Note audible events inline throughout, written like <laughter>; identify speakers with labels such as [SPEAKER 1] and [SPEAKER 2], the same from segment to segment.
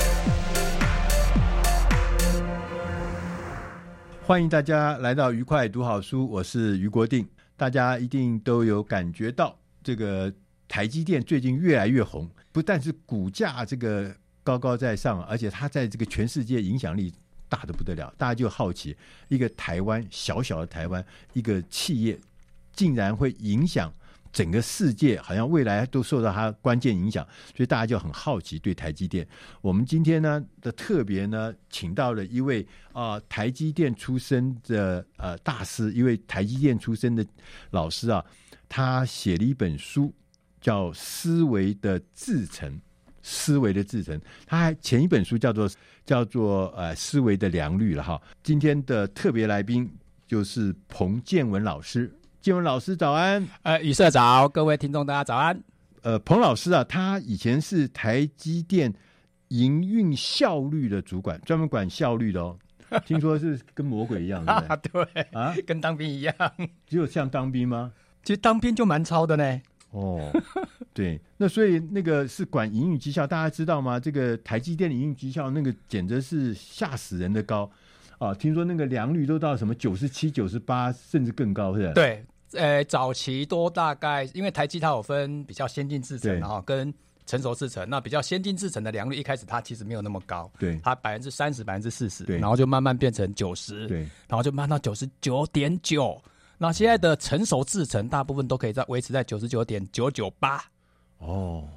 [SPEAKER 1] 欢迎大家来到愉快读好书，我是于国定。大家一定都有感觉到，这个台积电最近越来越红，不但是股价这个高高在上，而且它在这个全世界影响力大的不得了。大家就好奇，一个台湾小小的台湾一个企业，竟然会影响整个世界，好像未来都受到它关键影响，所以大家就很好奇对台积电。我们今天呢的特别呢，请到了一位啊、呃台积电出身的呃大师，一位台积电出身的老师啊，他写了一本书叫《思维的制成》，思维的制成。他还前一本书叫做叫做呃思维的良率了哈。今天的特别来宾就是彭建文老师，建文老师早安。
[SPEAKER 2] 呃，宇社早，各位听众大家早安。
[SPEAKER 1] 呃，彭老师啊，他以前是台积电营运效率的主管，专门管效率的哦。听说是跟魔鬼一样，对不
[SPEAKER 2] 啊 <laughs>
[SPEAKER 1] 对？
[SPEAKER 2] 对，
[SPEAKER 1] 啊，
[SPEAKER 2] 跟当兵一样，
[SPEAKER 1] 只有像当兵吗？
[SPEAKER 2] 其实当兵就蛮超的呢。
[SPEAKER 1] 哦，对，那所以那个是管营运绩效，大家知道吗？这个台积电的营运绩效那个简直是吓死人的高啊！听说那个良率都到什么九十七、九十八，甚至更高，是吧？
[SPEAKER 2] 对，呃，早期多大概因为台积它有分比较先进制程，
[SPEAKER 1] 对
[SPEAKER 2] 然后跟成熟制程。那比较先进制程的良率一开始它其实没有那么高，
[SPEAKER 1] 对
[SPEAKER 2] 它百分之三十、百分之四十，
[SPEAKER 1] 对
[SPEAKER 2] 然后就慢慢变成九十，
[SPEAKER 1] 对，
[SPEAKER 2] 然后就慢到九十九点九。那现在的成熟制程大部分都可以在维持在九十九点九九八，
[SPEAKER 1] 哦，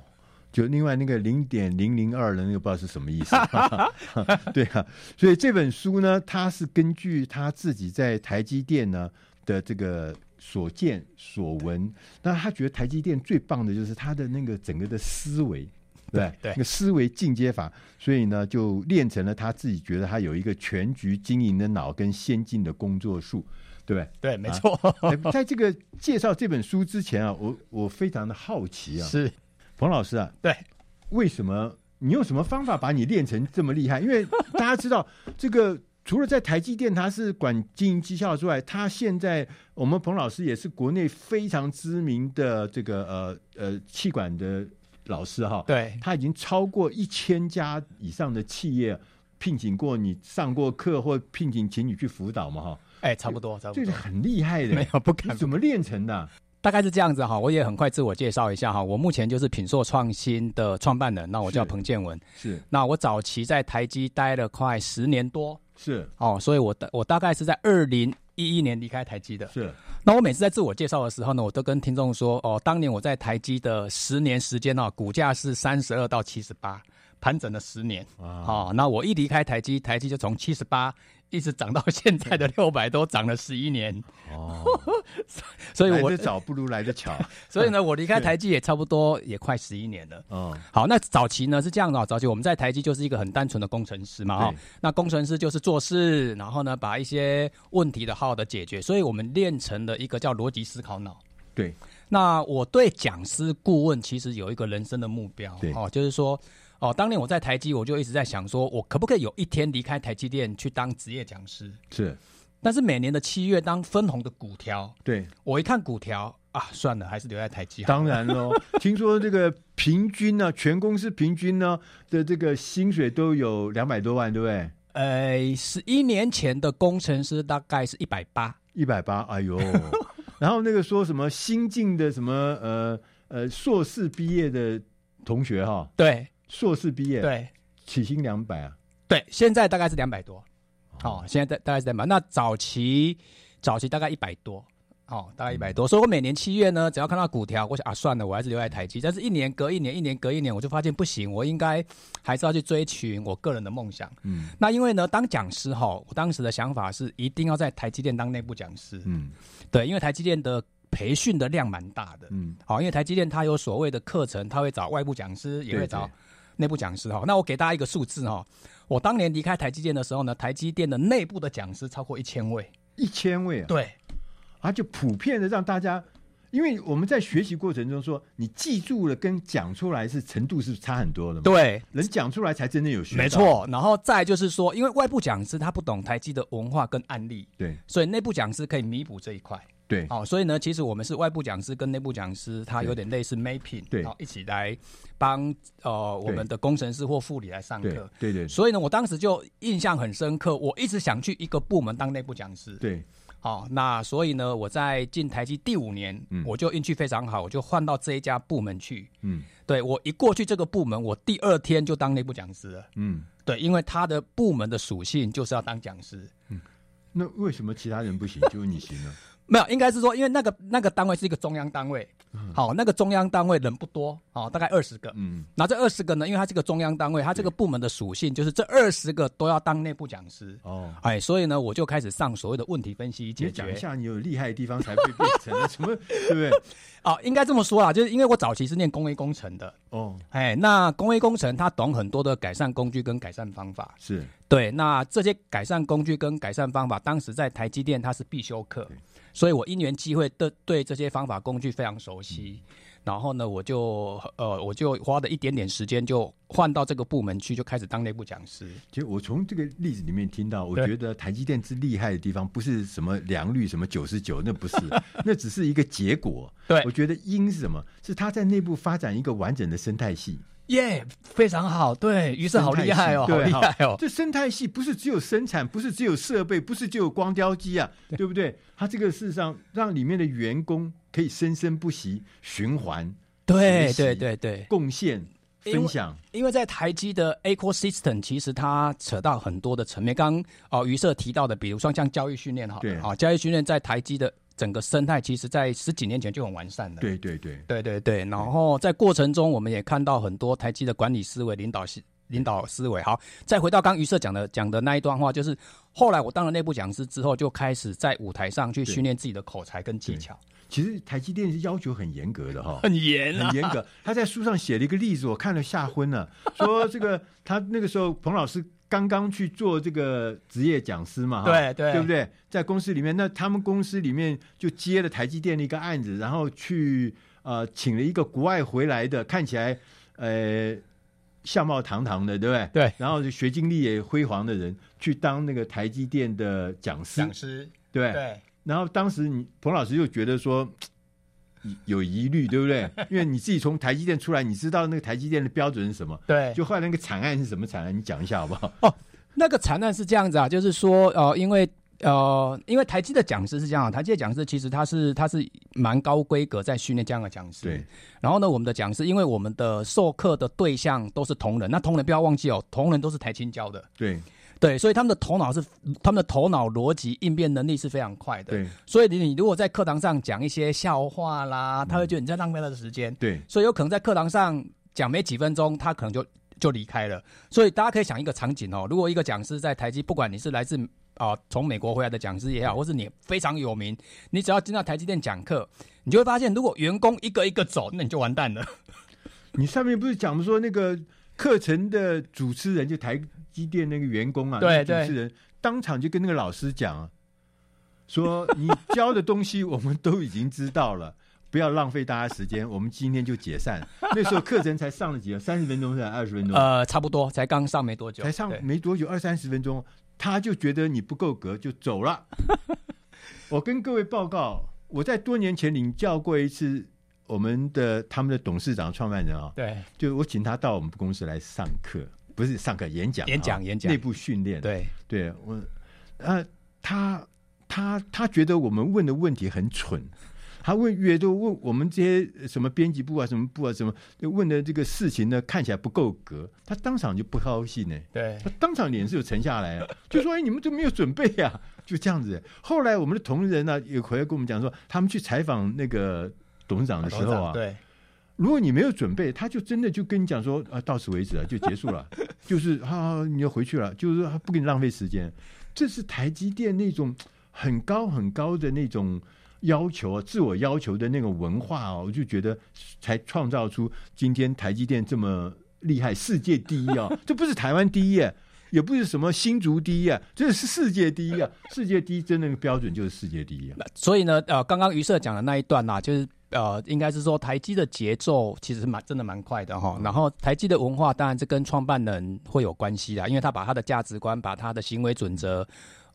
[SPEAKER 1] 就另外那个零点零零二的那个不知道是什么意思， <laughs> 对啊，所以这本书呢，他是根据他自己在台积电呢的这个所见所闻，那他觉得台积电最棒的就是他的那个整个的思维。对不，
[SPEAKER 2] 对
[SPEAKER 1] 那个思维进阶法，所以呢，就练成了他自己觉得他有一个全局经营的脑跟先进的工作术，对不对？
[SPEAKER 2] 对，没错，
[SPEAKER 1] <laughs> 哎在这个介绍这本书之前啊，我我非常的好奇啊，
[SPEAKER 2] 是，
[SPEAKER 1] 彭老师啊，
[SPEAKER 2] 对，
[SPEAKER 1] 为什么你用什么方法把你练成这么厉害？因为 <laughs> 大家知道，这个除了在台积电它是管经营绩效之外，它现在我们彭老师也是国内非常知名的这个呃呃气管的老师哈。
[SPEAKER 2] 对，
[SPEAKER 1] 他已经超过一千家以上的企业聘请过你上过课或聘请请你去辅导嘛哈，
[SPEAKER 2] 哎，差不多，差不
[SPEAKER 1] 这是
[SPEAKER 2] 多。
[SPEAKER 1] 很厉害的。
[SPEAKER 2] 没有，不敢，
[SPEAKER 1] 你怎么练成的啊？
[SPEAKER 2] 大概是这样子哈，我也很快自我介绍一下哈，我目前就是品硕创新的创办人，那我叫
[SPEAKER 1] 是
[SPEAKER 2] 彭建文，
[SPEAKER 1] 是
[SPEAKER 2] 那我早期在台积待了快十年多
[SPEAKER 1] 是
[SPEAKER 2] 哦，所以我大我大概是在二零一一年离开台积的。
[SPEAKER 1] 是，
[SPEAKER 2] 那我每次在自我介绍的时候呢，我都跟听众说哦，当年我在台积的十年时间哦，股价是三十二到七十八，盘整了十年。哦，那我一离开台积，台积就从七十八一直涨到现在的六百多，涨了十一年。
[SPEAKER 1] 哦，
[SPEAKER 2] 所
[SPEAKER 1] <laughs>
[SPEAKER 2] 以
[SPEAKER 1] 来
[SPEAKER 2] 我
[SPEAKER 1] 得早不如来得巧。
[SPEAKER 2] 所以
[SPEAKER 1] 嗯
[SPEAKER 2] 呢，我离开台积也差不多也快十一年了。
[SPEAKER 1] 哦，
[SPEAKER 2] 好，那早期呢是这样的、哦，早期我们在台积就是一个很单纯的工程师嘛、哦
[SPEAKER 1] 对，
[SPEAKER 2] 那工程师就是做事，然后呢把一些问题的好好的解决，所以我们练成了一个叫逻辑思考脑。
[SPEAKER 1] 对，
[SPEAKER 2] 那我对讲师顾问其实有一个人生的目标
[SPEAKER 1] 对
[SPEAKER 2] 哦，就是说哦，当年我在台积，我就一直在想说，我可不可以有一天离开台积电去当职业讲师？
[SPEAKER 1] 是，
[SPEAKER 2] 但是每年的七月，当分红的股条，
[SPEAKER 1] 对，
[SPEAKER 2] 我一看股条啊，算了，还是留在台积好
[SPEAKER 1] <laughs>
[SPEAKER 2] 了。
[SPEAKER 1] 当然
[SPEAKER 2] <laughs>
[SPEAKER 1] 喽。听说这个平均呢、全公司平均呢的这个薪水都有两百多万，对不对？
[SPEAKER 2] 呃，十一年前的工程师大概是一百八， <laughs>
[SPEAKER 1] 一百八，哎呦。然后那个说什么新进的什么呃呃硕士毕业的同学哈，
[SPEAKER 2] 对
[SPEAKER 1] 硕士毕业
[SPEAKER 2] 对
[SPEAKER 1] 起薪两百啊，
[SPEAKER 2] 对，现在大概是两百多，哦，现在大大概是两百。那早期早期大概一百多，哦，大概一百多。所以我每年七月呢，只要看到股条，我想啊，算了，我还是留在台积。但是，一年隔一年，一年隔一年，我就发现不行，我应该还是要去追寻我个人的梦想。
[SPEAKER 1] 嗯
[SPEAKER 2] 那因为呢，当讲师哈，我当时的想法是一定要在台积电当内部讲师，
[SPEAKER 1] 嗯
[SPEAKER 2] 对，因为台积电的培训的量蛮大的，
[SPEAKER 1] 嗯，
[SPEAKER 2] 好，因为台积电它有所谓的课程，它会找外部讲师，也会
[SPEAKER 1] 对
[SPEAKER 2] 找
[SPEAKER 1] 对
[SPEAKER 2] 内部讲师哈。那我给大家一个数字哈，我当年离开台积电的时候呢，台积电的内部的讲师超过一千位，
[SPEAKER 1] 一千位啊，
[SPEAKER 2] 对
[SPEAKER 1] 啊，就普遍的让大家，因为我们在学习过程中说，你记住了跟讲出来是程度是差很多的嘛，，
[SPEAKER 2] 对，
[SPEAKER 1] 人讲出来才真的有学，
[SPEAKER 2] 没，错。然后再就是说，因为外部讲师他不懂台积的文化跟案例，
[SPEAKER 1] 对
[SPEAKER 2] 所以内部讲师可以弥补这一块。
[SPEAKER 1] 对
[SPEAKER 2] 好、所以呢，其实我们是外部讲师跟内部讲师，它有点类似 mapping，
[SPEAKER 1] 对
[SPEAKER 2] 好一起来帮呃我们的工程师或副理来上
[SPEAKER 1] 对
[SPEAKER 2] 课。
[SPEAKER 1] 对对
[SPEAKER 2] 所以呢，我当时就印象很深刻，我一直想去一个部门当内部讲师。，
[SPEAKER 1] 对，
[SPEAKER 2] 好、那所以呢，我在进台积第五年，
[SPEAKER 1] 嗯
[SPEAKER 2] 我就运气非常好，我就换到这一家部门去。
[SPEAKER 1] 嗯
[SPEAKER 2] 对我一过去这个部门，我第二天就当内部讲师了。
[SPEAKER 1] 嗯，
[SPEAKER 2] 对，因为他的部门的属性就是要当讲师，
[SPEAKER 1] 那为什么其他人不行，就你行呢？
[SPEAKER 2] 没有，应该是说，因为那个那个单位是一个中央单位，好、那个中央单位人不多，好、大概二十个，
[SPEAKER 1] 嗯
[SPEAKER 2] 那这二十个呢，因为它是个中央单位，它这个部门的属性就是这二十个都要当内部讲师，
[SPEAKER 1] 哦。
[SPEAKER 2] 哎，所以呢，我就开始上所谓的问题分析
[SPEAKER 1] 你
[SPEAKER 2] 解
[SPEAKER 1] 也讲一
[SPEAKER 2] 决。
[SPEAKER 1] 下你有厉害的地方，才会变成什 <laughs> 么，对不对？
[SPEAKER 2] 啊，应该这么说啦，就是因为我早期是念工业工程的，
[SPEAKER 1] 哦，
[SPEAKER 2] 哎，那工业工程它懂很多的改善工具跟改善方法，
[SPEAKER 1] 是
[SPEAKER 2] 对，那这些改善工具跟改善方法，当时在台积电它是必修课
[SPEAKER 1] 对，
[SPEAKER 2] 所以我因缘机会的对这些方法工具非常熟悉。然后呢，我就呃，我就花了一点点时间，就换到这个部门去，就开始当内部讲师。
[SPEAKER 1] 其实我从这个例子里面听到，我
[SPEAKER 2] 对
[SPEAKER 1] 觉得台积电之厉害的地方，不是什么良率什么九十九，那不 <laughs> 是，那只是一个结果。
[SPEAKER 2] 对
[SPEAKER 1] 我觉得因是什么？是它在内部发展一个完整的生态系。
[SPEAKER 2] 耶、非常好，对于是好厉害哦，好
[SPEAKER 1] 生态
[SPEAKER 2] 厉
[SPEAKER 1] 系对
[SPEAKER 2] 害哦，
[SPEAKER 1] 这生态系不是只有生产，不是只有设备，不是只有光雕机
[SPEAKER 2] <laughs>
[SPEAKER 1] 啊，对不对？它这个事实上让里面的员工可以生生不息、循环、
[SPEAKER 2] 对
[SPEAKER 1] 学习
[SPEAKER 2] 对对对，
[SPEAKER 1] 贡献、
[SPEAKER 2] 因为
[SPEAKER 1] 分享。
[SPEAKER 2] 因为在台积的 ecosystem，其实它扯到很多的层面。刚刚哦，于社提到的，比如说像教育训练好
[SPEAKER 1] 对
[SPEAKER 2] 了，好、教育训练在台积的整个生态，其实在十几年前就很完善了。
[SPEAKER 1] 对对对，
[SPEAKER 2] 对对对，然后在过程中，我们也看到很多台积的管理思维、领导系。领导思维好，再回到刚于社讲的讲的那一段话，就是后来我当了内部讲师之后，就开始在舞台上去训练自己的口才跟技巧，
[SPEAKER 1] 其实台积电是要求很严格的哈、
[SPEAKER 2] <laughs> 很严啊
[SPEAKER 1] 很，严格。他在书上写了一个例子，我看了吓昏了，说这个他那个时候彭老师刚刚去做这个职业讲师嘛，哈
[SPEAKER 2] 对对
[SPEAKER 1] 对不对？在公司里面，那他们公司里面就接了台积电的一个案子，然后去呃请了一个国外回来的，看起来呃相貌堂堂的，对不对？
[SPEAKER 2] 对
[SPEAKER 1] 然后学经历也辉煌的人去当那个台积电的讲师，
[SPEAKER 2] 讲师
[SPEAKER 1] 对不对
[SPEAKER 2] 对
[SPEAKER 1] 然后当时你彭老师就觉得说有疑虑，对不对？因为你自己从台积电出来，你知道那个台积电的标准是什么？
[SPEAKER 2] 对，
[SPEAKER 1] 就后来那个惨案是什么惨案？你讲一下好不好？
[SPEAKER 2] 那个惨案是这样子啊，就是说，呃，因为呃，因为台积的讲师是这样、啊，台积的讲师其实他是他是蛮高规格在训练这样的讲师。
[SPEAKER 1] 对。
[SPEAKER 2] 然后呢，我们的讲师，因为我们的授课的对象都是同仁，那同仁不要忘记哦，同仁都是台青教的，
[SPEAKER 1] 对
[SPEAKER 2] 对，所以他们的头脑是他们的头脑逻辑应变能力是非常快的。。
[SPEAKER 1] 对
[SPEAKER 2] 所以你你如果在课堂上讲一些笑话啦，他会觉得你在浪费他的时间。
[SPEAKER 1] 对
[SPEAKER 2] 所以有可能在课堂上讲没几分钟，他可能就就离开了。所以大家可以想一个场景哦，如果一个讲师在台积，不管你是来自啊、呃从美国回来的讲师也好，或是你非常有名，你只要进到台积电讲课，你就会发现，如果员工一个一个走，那你就完蛋了。
[SPEAKER 1] 你上面不是讲说那个课程的主持人就台积电那个员工啊，
[SPEAKER 2] 对
[SPEAKER 1] 那个主持人当场就跟那个老师讲、啊，说你教的东西我们都已经知道了。 <laughs> 不要浪费大家时间，我们今天就解
[SPEAKER 2] <laughs>
[SPEAKER 1] 散。那时候课程才上了几个，三十分钟才二十分钟，
[SPEAKER 2] 呃，差不多，才刚上没多久，
[SPEAKER 1] 才上
[SPEAKER 2] 对
[SPEAKER 1] 没多久，二三十分钟，他就觉得你不够格，就走
[SPEAKER 2] <laughs>
[SPEAKER 1] 了。我跟各位报告，我在多年前领教过一次我们的他们的董事长、创办人啊、
[SPEAKER 2] 对
[SPEAKER 1] 就我请他到我们公司来上课，不是上课演讲啊、
[SPEAKER 2] 演讲演讲
[SPEAKER 1] 内部训练。
[SPEAKER 2] 对
[SPEAKER 1] 对，我呃，他他他觉得我们问的问题很蠢，他问越多问我们这些什么编辑部啊、什么部啊、什么问的这个事情呢，看起来不够格，他当场就不高兴呢、
[SPEAKER 2] 对
[SPEAKER 1] 他当场脸是有沉下来啊， <laughs> 就说：“哎，你们都没有准备呀、就这样子。后来我们的同仁呢、也回来跟我们讲说，他们去采访那个董事长的时候啊，
[SPEAKER 2] 对
[SPEAKER 1] 如果你没有准备，他就真的就跟你讲说啊，到此为止了，就结束了，就是啊，你要回去了，就是说啊不给你浪费时间。这是台积电那种很高很高的那种要求啊，自我要求的那种文化哦，我就觉得才创造出今天台积电这么厉害，世界第一啊、这不是台湾第一耶，也不是什么新竹第一啊，这是世界第一啊，世界第一真的标准就是世界第一啊。
[SPEAKER 2] 所以呢，呃，刚刚于社讲的那一段呐、就是呃，应该是说台积的节奏其实蛮真的蛮快的
[SPEAKER 1] 嗯
[SPEAKER 2] 哈。然后台积的文化，当然这跟创办人会有关系啦，因为他把他的价值观，把他的行为准则。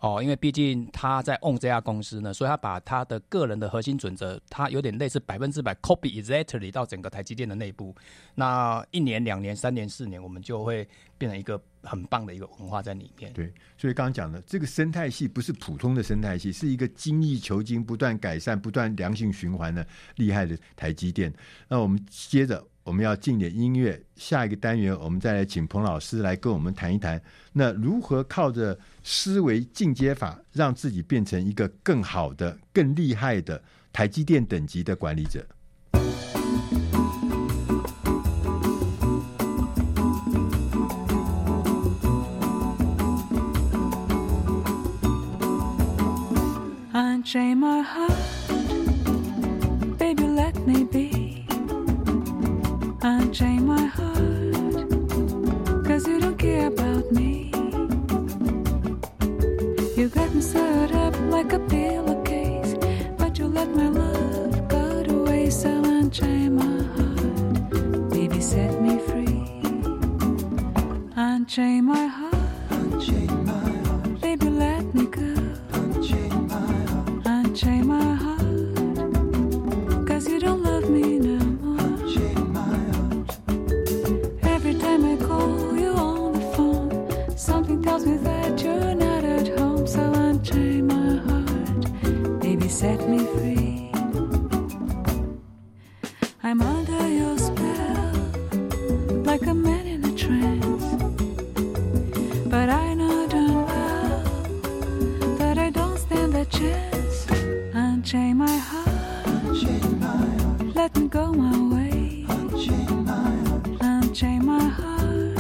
[SPEAKER 2] 哦，因为毕竟他在 own 这家公司呢，所以他把他的个人的核心准则，他有点类似百分之百 copy exactly 到整个台积电的内部。那一年、两年、三年、四年，我们就会变成一个很棒的一个文化在里面。
[SPEAKER 1] 对，所以刚刚讲的这个生态系不是普通的生态系，是一个精益求精、不断改善、不断良性循环的厉害的台积电。那我们接着我们要进点音乐，下一个单元我们再来请彭老师来跟我们谈一谈，那如何靠着思维进阶法，让自己变成一个更好的、更厉害的台积电等级的管理者。
[SPEAKER 3] Unchain my heart, baby, let me be. Unchain my heart, cause you don't care about me. You got me sewed up like a pillowcase, but you let my love go to waste. So unchain my heart, baby, set me free. Unchain my heart, baby, let me go. Unchain my heart, cause you don't love me no more. Every time I call you on the phone, something tells me that you're not at home. So unchain my heart, baby, set me free. I'm under your spell, like a man in a trance. But I know darn well that I don't stand a chance. Unchain my heart, let me go my way. Unchain my heart,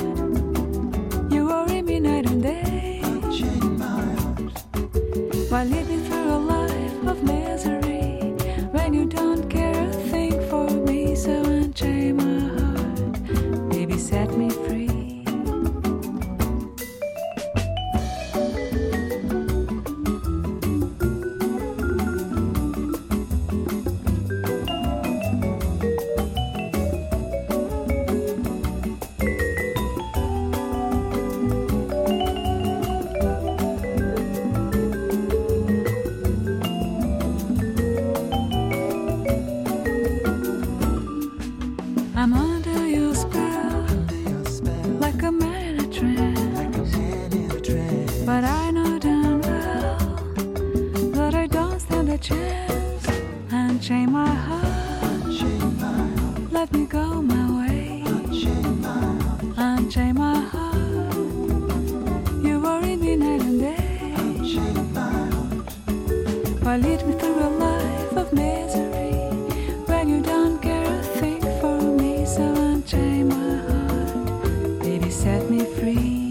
[SPEAKER 3] you worry me night and day. While living through a life of misery, when you don't care a thing for me, so unchain my heart, baby, set me free. I'm under your spell, like a man in a trance. But I know damn well that I don't stand a chance. Unchain my heart, let me go my way. Unchain my heart, you worry me night and day. Why lead me through a life of misery when you don't care a thing for me? So unchain my heart, baby, set me free.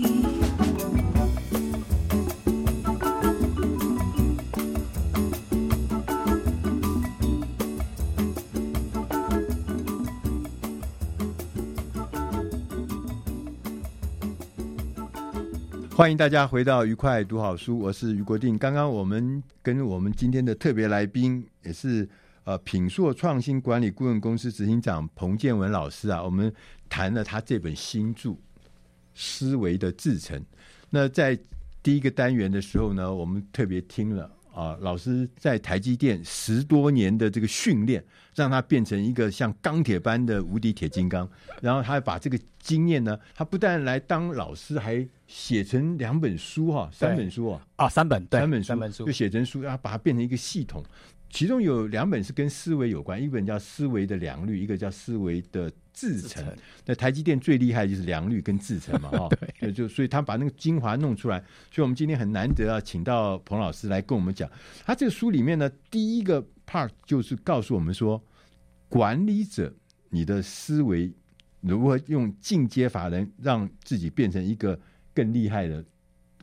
[SPEAKER 1] Thank 欢迎大家回到愉快读好书，我是于国定。刚刚我们跟我们今天的特别来宾，也是呃品硕创新管理顾问公司执行长彭建文老师啊，我们谈了他这本新著《思维的制成》。那在第一个单元的时候呢，我们特别听了啊，老师在台积电十多年的这个训练，让他变成一个像钢铁般的无敌铁金刚。然后他把这个经验呢，他不但来当老师，还写成两本书哈、三本书啊，
[SPEAKER 2] 啊，三本对，
[SPEAKER 1] 三本书，啊
[SPEAKER 2] 三本书
[SPEAKER 1] 就写成书，然后把它变成一个系统。其中有两本是跟思维有关，一本叫《思维的良率》，一个叫《思维的制
[SPEAKER 2] 制
[SPEAKER 1] 程
[SPEAKER 2] 程》。
[SPEAKER 1] 那台积电最厉害就是良率跟制程嘛，
[SPEAKER 2] <laughs>
[SPEAKER 1] 哈、对，就所以他把那个精华弄出来。所以我们今天很难得啊，请到彭老师来跟我们讲。他这个书里面呢，第一个 part 就是告诉我们说，管理者你的思维如何用进阶法能让自己变成一个更厉害的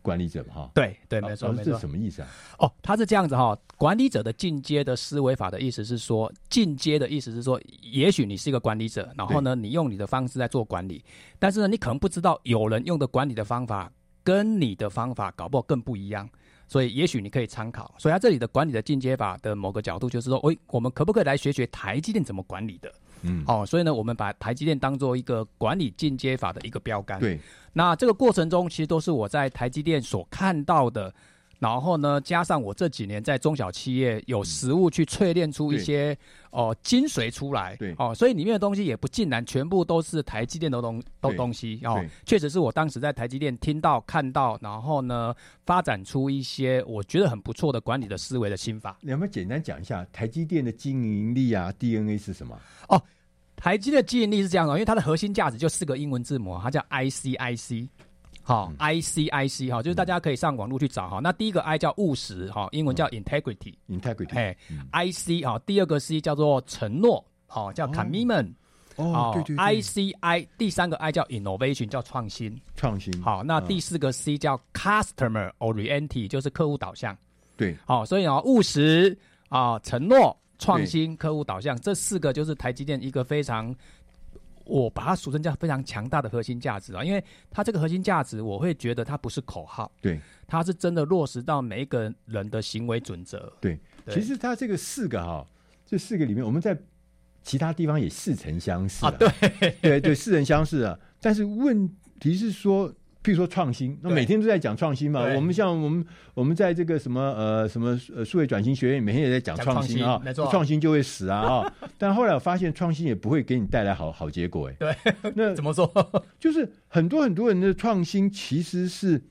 [SPEAKER 1] 管理者嘛，哈。
[SPEAKER 2] 对对，
[SPEAKER 1] 老
[SPEAKER 2] 没错
[SPEAKER 1] 老师
[SPEAKER 2] 没
[SPEAKER 1] 这
[SPEAKER 2] 错
[SPEAKER 1] 是。什么意思啊？
[SPEAKER 2] 哦，他是这样子哈、管理者的进阶的思维法的意思是说，进阶的意思是说，也许你是一个管理者，然后呢，你用你的方式在做管理，但是呢，你可能不知道有人用的管理的方法跟你的方法搞不好更不一样，所以也许你可以参考。所以他这里的管理的进阶法的某个角度就是说，喂、我们可不可以来学学台积电怎么管理的？
[SPEAKER 1] 嗯，
[SPEAKER 2] 哦，所以呢，我们把台积电当做一个管理进阶法的一个标杆。
[SPEAKER 1] 对，
[SPEAKER 2] 那这个过程中，其实都是我在台积电所看到的，然后呢，加上我这几年在中小企业有实物去淬炼出一些哦、精髓出来，
[SPEAKER 1] 对
[SPEAKER 2] 哦，所以里面的东西也不尽然全部都是台积电的东东
[SPEAKER 1] 对
[SPEAKER 2] 东西哦
[SPEAKER 1] 对，
[SPEAKER 2] 确实是我当时在台积电听到看到，然后呢，发展出一些我觉得很不错的管理的思维的心法。
[SPEAKER 1] 你要不要简单讲一下台积电的经营力啊？DNA 是什么？
[SPEAKER 2] 台积的记忆力是这样的，因为它的核心价值就四个英文字母，啊它叫 ICIC。好、i
[SPEAKER 1] 嗯
[SPEAKER 2] c i c 哈、就是大家可以上网络去找哈、那第一个 I 叫务实哈、英文叫
[SPEAKER 1] 嗯
[SPEAKER 2] integrity，
[SPEAKER 1] integrity
[SPEAKER 2] 哎、i c 哈、第二个 C 叫做承诺，好、叫 commitment，
[SPEAKER 1] 哦，对对
[SPEAKER 2] i
[SPEAKER 1] 对，
[SPEAKER 2] c i 第三个 I 叫 innovation，叫创新。
[SPEAKER 1] 创新嗯
[SPEAKER 2] 好，那第四个 C 叫 customer oriented，就是客户导向。
[SPEAKER 1] 对
[SPEAKER 2] 好、所以啊、务实啊、承诺、创新、客户导向这四个就是台积电一个非常，我把它俗称叫非常强大的核心价值啊，因为它这个核心价值，我会觉得它不是口号，
[SPEAKER 1] 对
[SPEAKER 2] 它是真的落实到每一个人的行为准则。
[SPEAKER 1] 对，
[SPEAKER 2] 对
[SPEAKER 1] 其实它这个四个哈、这四个里面，我们在其他地方也似曾相识
[SPEAKER 2] 啊对
[SPEAKER 1] <laughs> 对对，似曾相识啊。但是问题是说，譬如说创新，那
[SPEAKER 2] 对
[SPEAKER 1] 每天都在讲创新嘛。
[SPEAKER 2] 对
[SPEAKER 1] 我们像我们我们在这个什么呃什么呃数位转型学院，每天也在讲
[SPEAKER 2] 讲
[SPEAKER 1] 创新啊
[SPEAKER 2] 创新没，错
[SPEAKER 1] 创新就会死啊啊。
[SPEAKER 2] <laughs>
[SPEAKER 1] 但后来我发现，创新也不会给你带来好好结果哎。对，那
[SPEAKER 2] <laughs> 怎么说？
[SPEAKER 1] 就是很多很多人的创新其实是，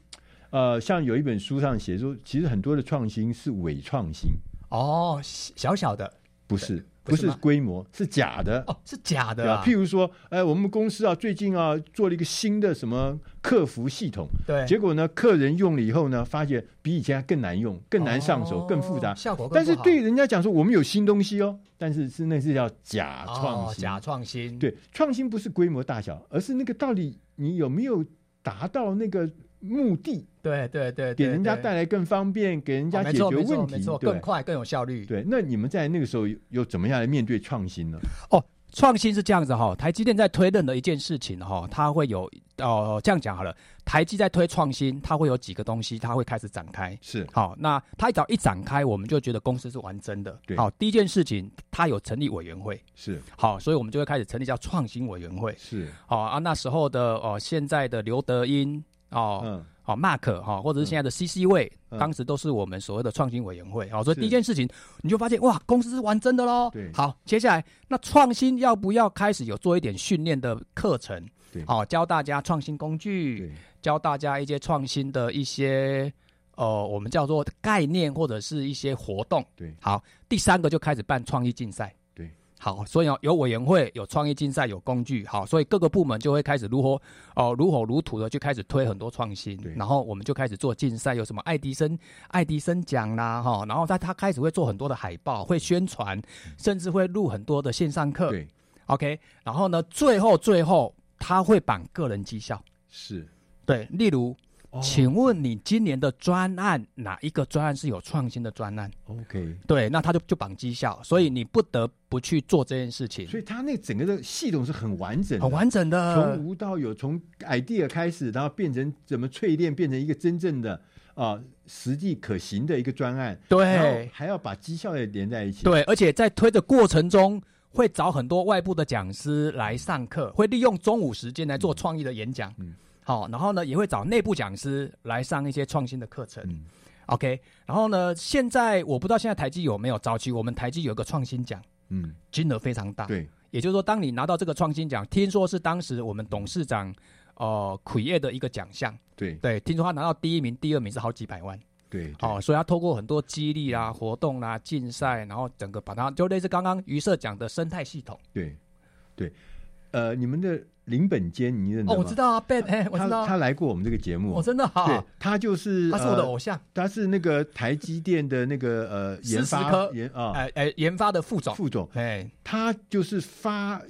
[SPEAKER 1] 呃，像有一本书上写说，其实很多的创新是伪创新，
[SPEAKER 2] 哦，小小的
[SPEAKER 1] 不是不
[SPEAKER 2] 不是
[SPEAKER 1] 是
[SPEAKER 2] 吗
[SPEAKER 1] 规模，是假的。
[SPEAKER 2] 哦，是假
[SPEAKER 1] 对
[SPEAKER 2] 的、
[SPEAKER 1] 吧？
[SPEAKER 2] 啊，
[SPEAKER 1] 譬如说，哎，我们公司啊，最近啊，做了一个新的什么客服系统，
[SPEAKER 2] 对，
[SPEAKER 1] 结果呢，客人用了以后呢，发现比以前还更难用、更难上手、
[SPEAKER 2] 哦
[SPEAKER 1] 更复杂。
[SPEAKER 2] 效果更
[SPEAKER 1] 但
[SPEAKER 2] 不
[SPEAKER 1] 是
[SPEAKER 2] 好
[SPEAKER 1] 对人家讲说，我们有新东西哦，但是是那是叫假创
[SPEAKER 2] 哦
[SPEAKER 1] 新，
[SPEAKER 2] 假创新，
[SPEAKER 1] 对，创新不是规模大小，而是那个到底你有没有达到那个目的，
[SPEAKER 2] 对对对，
[SPEAKER 1] 给
[SPEAKER 2] 对
[SPEAKER 1] 人家
[SPEAKER 2] 对
[SPEAKER 1] 带来更方便，给人
[SPEAKER 2] 哦
[SPEAKER 1] 家解
[SPEAKER 2] 没
[SPEAKER 1] 决
[SPEAKER 2] 错没错
[SPEAKER 1] 问
[SPEAKER 2] 没
[SPEAKER 1] 题
[SPEAKER 2] 错，，
[SPEAKER 1] 对
[SPEAKER 2] 更快更有效率。
[SPEAKER 1] 对。那你们在那个时候又又怎么样来面对创新呢？
[SPEAKER 2] 哦，创新是这样子哈、台积电在推任何一件事情哈、它会有哦、这样讲好了，台积在推创新，它会有几个东西，它会开始展开。
[SPEAKER 1] 是
[SPEAKER 2] 好、那它只要一展开，我们就觉得公司是完整的。
[SPEAKER 1] 对
[SPEAKER 2] 好、第一件事情，它有成立委员会，
[SPEAKER 1] 是
[SPEAKER 2] 好、所以我们就会开始成立叫创新委员会。
[SPEAKER 1] 是，
[SPEAKER 2] 好、啊，那时候的哦、现在的刘德英哦，
[SPEAKER 1] 嗯，
[SPEAKER 2] 好、m a r k 哈、或者是现在的 CC 位、
[SPEAKER 1] 嗯
[SPEAKER 2] 当时都是我们所谓的创新委员会，好、所以
[SPEAKER 1] 是
[SPEAKER 2] 第一件事情你就发现哇，公司是玩真的喽
[SPEAKER 1] 对。
[SPEAKER 2] 好，接下来那创新要不要开始有做一点训练的课程
[SPEAKER 1] 对？
[SPEAKER 2] 好、教大家创新工具
[SPEAKER 1] 对，，
[SPEAKER 2] 教大家一些创新的一些呃，我们叫做概念或者是一些活动。
[SPEAKER 1] 对
[SPEAKER 2] 好，第三个就开始办创意竞赛。
[SPEAKER 1] 对，
[SPEAKER 2] 好，所以哦，有委员会，有创意竞赛，有工具，好，所以各个部门就会开始如何哦、如火如荼的就开始推很多创新
[SPEAKER 1] 对，
[SPEAKER 2] 然后我们就开始做竞赛，有什么爱迪生爱迪生奖啦哈、然后他他开始会做很多的海报，会宣传，甚至会录很多的线上课
[SPEAKER 1] 嗯对，
[SPEAKER 2] ，OK，然后呢，最后最后他会绑个人绩效，
[SPEAKER 1] 是，
[SPEAKER 2] 对，例如，
[SPEAKER 1] 哦
[SPEAKER 2] 请问你今年的专案哪一个专案是有创新的专案？
[SPEAKER 1] OK。
[SPEAKER 2] 对，那他就就绑绩效，所以你不得不去做这件事情，
[SPEAKER 1] 所以它那整个的系统是很完整的，
[SPEAKER 2] 很完呃整的
[SPEAKER 1] 从。无到有，从 idea 开始，然后变成怎么淬炼，变成一个真正的啊、实际可行的一个专案。然
[SPEAKER 2] 对
[SPEAKER 1] 后还要把绩效也连在一起。，
[SPEAKER 2] 对，而且在推的过程中，会找很多外部的讲师来上课，会利用中午时间来做创意的演讲。
[SPEAKER 1] 嗯
[SPEAKER 2] 好、然后呢，也会找内部讲师来上一些创新的课程。
[SPEAKER 1] 嗯
[SPEAKER 2] OK，然后呢，现在我不知道现在台积有没有，早期我们台积有一个创新奖，
[SPEAKER 1] 嗯，
[SPEAKER 2] 金额非常大。
[SPEAKER 1] 对，
[SPEAKER 2] 也就是说，当你拿到这个创新奖，听说是当时我们董事长呃奎业的一个奖项，
[SPEAKER 1] 对，
[SPEAKER 2] 对，听说他拿到第一名、第二名是好几百万，
[SPEAKER 1] 对，对
[SPEAKER 2] 哦，所以他透过很多激励啦、活动啦、竞赛，然后整个把它就类似刚刚于社讲的生态系统。
[SPEAKER 1] 对对，呃，你们的林本坚，你认得嗯
[SPEAKER 2] 哦，
[SPEAKER 1] 吗？
[SPEAKER 2] 我知道啊，Ben，哎，我知道
[SPEAKER 1] 他他
[SPEAKER 2] 啊，
[SPEAKER 1] 来过我们这个节目，
[SPEAKER 2] 我真的
[SPEAKER 1] 对
[SPEAKER 2] 哈，，
[SPEAKER 1] 他就是
[SPEAKER 2] 他是我的
[SPEAKER 1] 呃
[SPEAKER 2] 偶像，
[SPEAKER 1] 他是那个台积电的那个呃
[SPEAKER 2] 思
[SPEAKER 1] 研
[SPEAKER 2] 思
[SPEAKER 1] 发
[SPEAKER 2] 科
[SPEAKER 1] 研啊
[SPEAKER 2] 哎哎，研发的副总，
[SPEAKER 1] 副总，
[SPEAKER 2] 哎，
[SPEAKER 1] 他就是发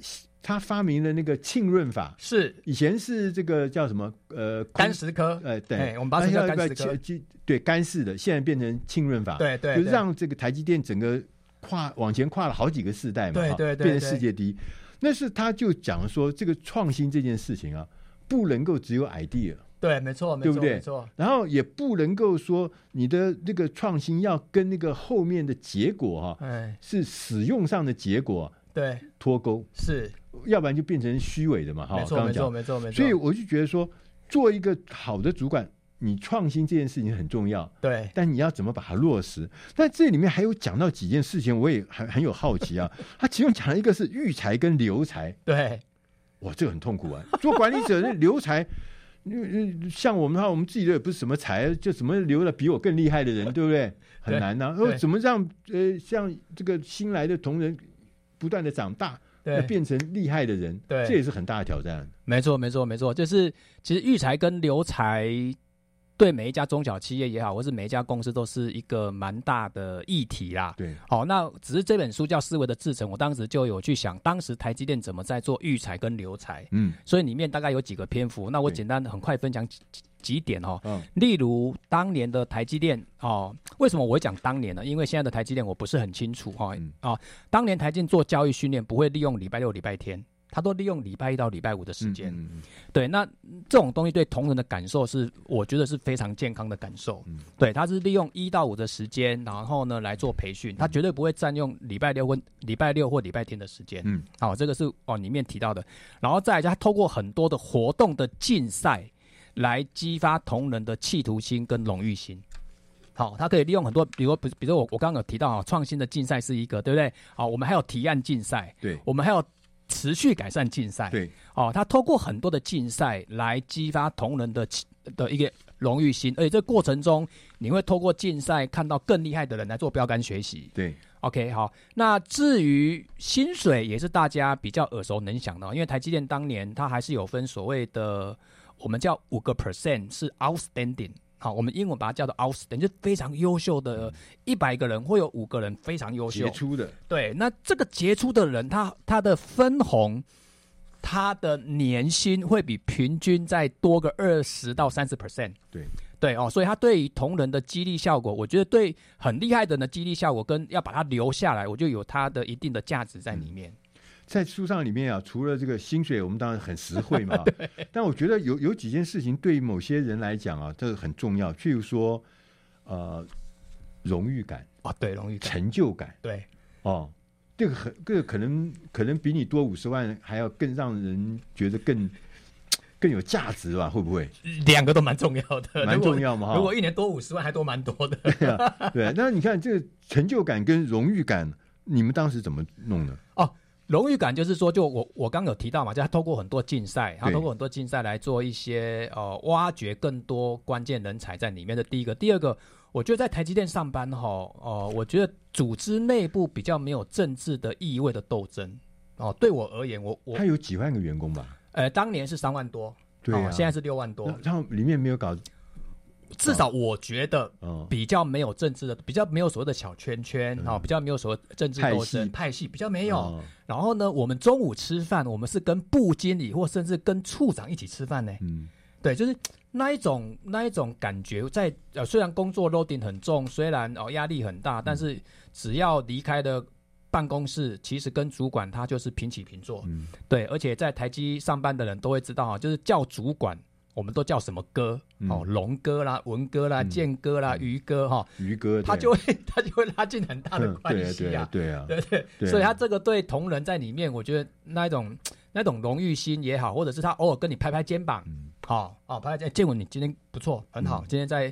[SPEAKER 1] 他发明了那个浸润法，
[SPEAKER 2] 是
[SPEAKER 1] 以前是这个叫什么呃空
[SPEAKER 2] 干石科，
[SPEAKER 1] 呃对，
[SPEAKER 2] 哎我们把它
[SPEAKER 1] 那
[SPEAKER 2] 称叫
[SPEAKER 1] 要不要
[SPEAKER 2] 干式科
[SPEAKER 1] 切切对干式的，现在变成浸润法，
[SPEAKER 2] 对对
[SPEAKER 1] 就是
[SPEAKER 2] 对
[SPEAKER 1] 让这个台积电整个跨往前跨了好几个世代嘛，
[SPEAKER 2] 对
[SPEAKER 1] 哈
[SPEAKER 2] 对对
[SPEAKER 1] 变成
[SPEAKER 2] 对
[SPEAKER 1] 世界第一。那是他就讲说，这个创新这件事情啊，不能够只有 idea，
[SPEAKER 2] 对，没错，没
[SPEAKER 1] 对不
[SPEAKER 2] 错，
[SPEAKER 1] 对
[SPEAKER 2] 没错，
[SPEAKER 1] 然后也不能够说你的那个创新要跟那个后面的结果哈、
[SPEAKER 2] 哎，
[SPEAKER 1] 是使用上的结果
[SPEAKER 2] 对，
[SPEAKER 1] 脱钩，
[SPEAKER 2] 是，
[SPEAKER 1] 要不然就变成虚伪的嘛哈。
[SPEAKER 2] 没
[SPEAKER 1] 刚哦
[SPEAKER 2] 错，
[SPEAKER 1] 刚
[SPEAKER 2] 没错，
[SPEAKER 1] 讲，
[SPEAKER 2] 没错，没错，
[SPEAKER 1] 所以我就觉得说，做一个好的主管，你创新这件事情很重要，
[SPEAKER 2] 对，
[SPEAKER 1] 但你要怎么把它落实？那这里面还有讲到几件事情，我也很很有好奇啊。他其中讲了一个是育才跟留才，
[SPEAKER 2] 对，
[SPEAKER 1] 哇，这个很痛苦啊！做管理者那留才，嗯嗯像我们的话，我们自己的也不是什么才，就怎么留了比我更厉害的人，对不对？很难呐、然后
[SPEAKER 2] 对
[SPEAKER 1] 怎么让呃，像这个新来的同仁不断的长大，
[SPEAKER 2] 对
[SPEAKER 1] 要变成厉害的人，
[SPEAKER 2] 对
[SPEAKER 1] 这也是很大的挑战。
[SPEAKER 2] 没错，没错，没错，就是其实育才跟留才对每一家中小企业也好，或是每一家公司都是一个蛮大的议题啦。
[SPEAKER 1] 对，
[SPEAKER 2] 好、那只是这本书叫《思维的制成》，我当时就有去想，当时台积电怎么在做育才跟留才，
[SPEAKER 1] 嗯
[SPEAKER 2] 所以里面大概有几个篇幅。那我
[SPEAKER 1] 对
[SPEAKER 2] 简单很快分享几几几点哦。
[SPEAKER 1] 嗯，
[SPEAKER 2] 例如当年的台积电哦，为什么我会讲当年呢？因为现在的台积电我不是很清楚哈、哦
[SPEAKER 1] 嗯
[SPEAKER 2] 哦当年台积电做教育训练不会利用礼拜六、礼拜天，它都利用礼拜一到礼拜五的时间。
[SPEAKER 1] 嗯嗯
[SPEAKER 2] 对，那这种东西对同仁的感受是，我觉得是非常健康的感受。
[SPEAKER 1] 嗯
[SPEAKER 2] 对，他是利用一到五的时间，然后呢来做培训，
[SPEAKER 1] 嗯
[SPEAKER 2] 他绝对不会占用礼拜六或礼拜六或礼拜天的时间。
[SPEAKER 1] 嗯，
[SPEAKER 2] 好、这个是哦里面提到的。然后再来，他透过很多的活动的竞赛，来激发同仁的企图心跟荣誉心。好，他可以利用很多，比如说比比如说我我刚刚有提到啊，创新的竞赛是一个，对不对？好，我们还有提案竞赛，
[SPEAKER 1] 对
[SPEAKER 2] 我们还有持续改善竞赛，
[SPEAKER 1] 对，
[SPEAKER 2] 哦，他透过很多的竞赛来激发同仁的起的一个荣誉心，而且这过程中你会透过竞赛看到更厉害的人来做标杆学习。
[SPEAKER 1] 对，
[SPEAKER 2] OK，好，那至于薪水也是大家比较耳熟能详的哦，因为台积电当年它还是有分所谓的我们叫五个 percent 是 outstanding。好，我们英文把它叫做 outstanding，就是非常优秀的，一百个人会有五个人非常优秀
[SPEAKER 1] 杰，出的，
[SPEAKER 2] 对，那这个杰出的人，他他的分红，他的年薪会比平均再多个二十到三十 percent。
[SPEAKER 1] 对
[SPEAKER 2] 对哦，所以他对于同仁的激励效果，我觉得对很厉害的人的激励效果，跟要把他留下来，我就有他的一定的价值
[SPEAKER 1] 嗯
[SPEAKER 2] 在里面。
[SPEAKER 1] 在书上里面啊，除了这个薪水，我们当然很实惠
[SPEAKER 2] <laughs>
[SPEAKER 1] 嘛。但我觉得有有几件事情对于某些人来讲啊，这很重要。譬如说，呃，荣誉感、
[SPEAKER 2] 哦，对，荣誉感，
[SPEAKER 1] 成就感
[SPEAKER 2] 对
[SPEAKER 1] 哦，这个很这个可能可能比你多五十万还要更让人觉得更更有价值吧？会不会？
[SPEAKER 2] 两个都蛮重要的，
[SPEAKER 1] 蛮
[SPEAKER 2] 如果
[SPEAKER 1] 重要嘛哈
[SPEAKER 2] 如果一年多五十万，还多蛮多的。
[SPEAKER 1] 对。那你看这个成就感跟荣誉感，你们当时怎么弄的？
[SPEAKER 2] 哦，荣誉感就是说，就我我刚有提到嘛，就他透过很多竞赛，他
[SPEAKER 1] 对
[SPEAKER 2] 透过很多竞赛来做一些呃挖掘更多关键人才在里面的第一个，第二个，我觉得在台积电上班哈，哦、我觉得组织内部比较没有政治的意味的斗争哦、对我而言，我我
[SPEAKER 1] 他有几万个员工吧？
[SPEAKER 2] 呃当年是三万多，
[SPEAKER 1] 哎对
[SPEAKER 2] 哦
[SPEAKER 1] 啊，
[SPEAKER 2] 现在是六万多
[SPEAKER 1] 那，然后里面没有搞
[SPEAKER 2] 至少我觉得。
[SPEAKER 1] 哦，
[SPEAKER 2] 比较没有政治的，比较没有所谓的小圈圈啊、哦，比较没有所谓政治
[SPEAKER 1] 派
[SPEAKER 2] 斗
[SPEAKER 1] 系
[SPEAKER 2] 争派系，嗯比较没有。
[SPEAKER 1] 哦
[SPEAKER 2] 然后呢，我们中午吃饭，我们是跟部经理或甚至跟处长一起吃饭呢。
[SPEAKER 1] 嗯，
[SPEAKER 2] 对，就是那一种那一种感觉在，呃，虽然工作 loading 很重，虽然哦压力很大，
[SPEAKER 1] 嗯
[SPEAKER 2] 但是只要离开了办公室，其实跟主管他就是平起平坐。
[SPEAKER 1] 嗯
[SPEAKER 2] 对，而且在台积上班的人都会知道啊，就是叫主管。我们都叫什么哥
[SPEAKER 1] 嗯
[SPEAKER 2] 哦，龙哥啦、文哥啦、
[SPEAKER 1] 嗯
[SPEAKER 2] 健哥啦、于哥哈，
[SPEAKER 1] 于哥
[SPEAKER 2] 他
[SPEAKER 1] 对
[SPEAKER 2] 就会 <laughs> 他就会拉近很大的
[SPEAKER 1] 嗯
[SPEAKER 2] 关系啊。
[SPEAKER 1] 对啊，对啊，
[SPEAKER 2] 对
[SPEAKER 1] 对啊
[SPEAKER 2] 所以他这个对同仁在里面，我觉得那一种那种荣誉心也好，或者是他偶尔跟你拍拍肩膀，
[SPEAKER 1] 嗯
[SPEAKER 2] 好、哦，拍拍肩，建文你今天不错，很好，
[SPEAKER 1] 嗯
[SPEAKER 2] 今天在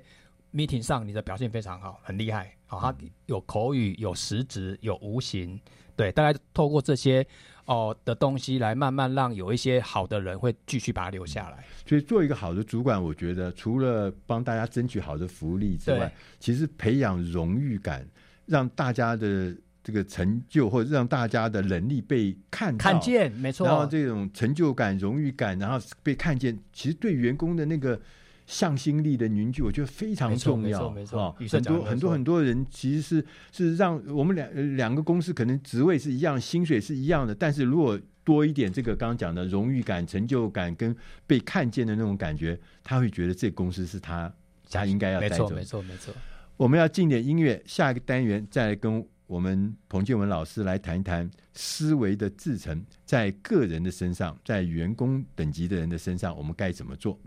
[SPEAKER 2] meeting 上你的表现非常好，很厉
[SPEAKER 1] 嗯
[SPEAKER 2] 害，好、他有口语，有实质，有无形，对，大概透过这些哦的东西来慢慢让有一些好的人会继续把它留下来。
[SPEAKER 1] 所以做一个好的主管，我觉得除了帮大家争取好的福利之
[SPEAKER 2] 对
[SPEAKER 1] 外，其实培养荣誉感，让大家的这个成就或者让大家的能力被看到
[SPEAKER 2] 看见，没错，
[SPEAKER 1] 然后这种成就感、荣誉感，然后被看见，其实对员工的那个向心力的凝聚，我觉得非常重要。
[SPEAKER 2] 没错没错
[SPEAKER 1] 哦
[SPEAKER 2] 宇社
[SPEAKER 1] 很
[SPEAKER 2] 长
[SPEAKER 1] 多
[SPEAKER 2] 没错
[SPEAKER 1] 很多很多人其实是是让我们两呃两个公司可能职位是一样，薪水是一样的，但是如果多一点这个刚刚讲的荣誉感、成就感跟被看见的那种感觉，他会觉得这个公司是他他应该要
[SPEAKER 2] 没
[SPEAKER 1] 带
[SPEAKER 2] 错
[SPEAKER 1] 走
[SPEAKER 2] 没
[SPEAKER 1] 的。
[SPEAKER 2] 错没错。
[SPEAKER 1] 我们要进点音乐，下一个单元再来跟我们彭建文老师来谈一谈思维的制成在个人的身上，在员工等级的人的身上，我们该怎么做？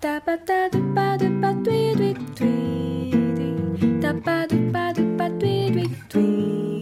[SPEAKER 3] Da ba da do ba do ba dwee dwee dwee dee. Da ba do ba do ba dwee dwee dwee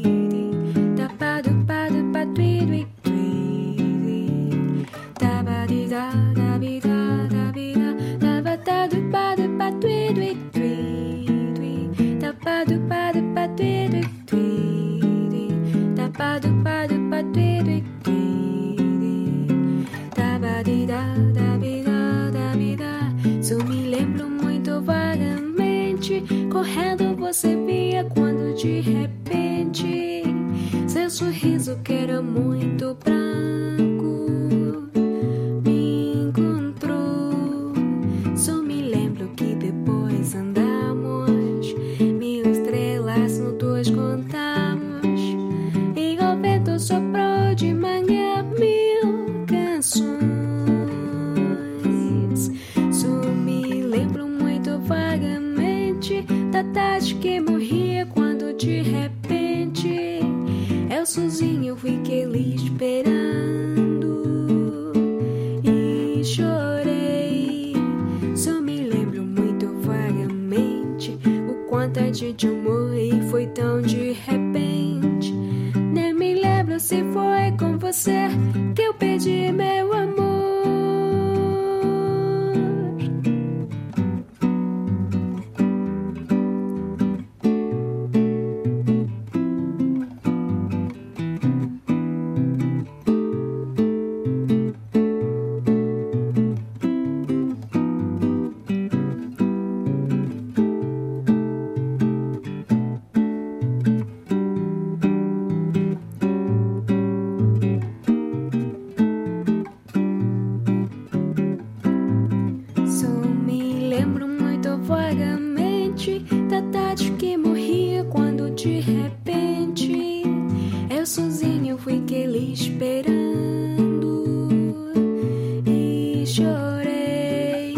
[SPEAKER 3] dee. Da ba do ba do ba dwee dwee dwee dee. Da ba dee da da be da da be da. Da ba da do ba do ba dwee dwee dwee dee. Da ba do ba do ba dwee dwee dwee dee. Da ba do ba do ba dwee dwee dwee dee. Tabadida, dabida, dabida. Só me lembro muito vagamente. Correndo você via quando de repente seu sorriso que era muito branco me encontrou. Só me lembro que depois andamos mil estrelas no dois contamos. E o vento soprou de manhã mil canções. Só me lembro muito vagamente da tarde que morria quando de repente eu sozinho fiquei ali esperando e chorei. Só me lembro muito vagamente o quanto a gente amou e foi tão de repente. Nem me lembro se foi com você que eu perdi meu amor. Só me lembro muito vagamente da tarde que morria quando de repente eu sozinho fiquei ali esperando e chorei.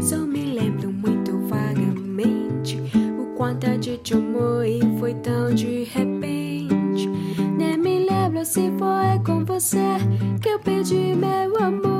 [SPEAKER 3] Só me lembro muito vagamente o quanto a gente amou e foi tão de repente. Nem me lembro se foi com você que eu perdi meu amor.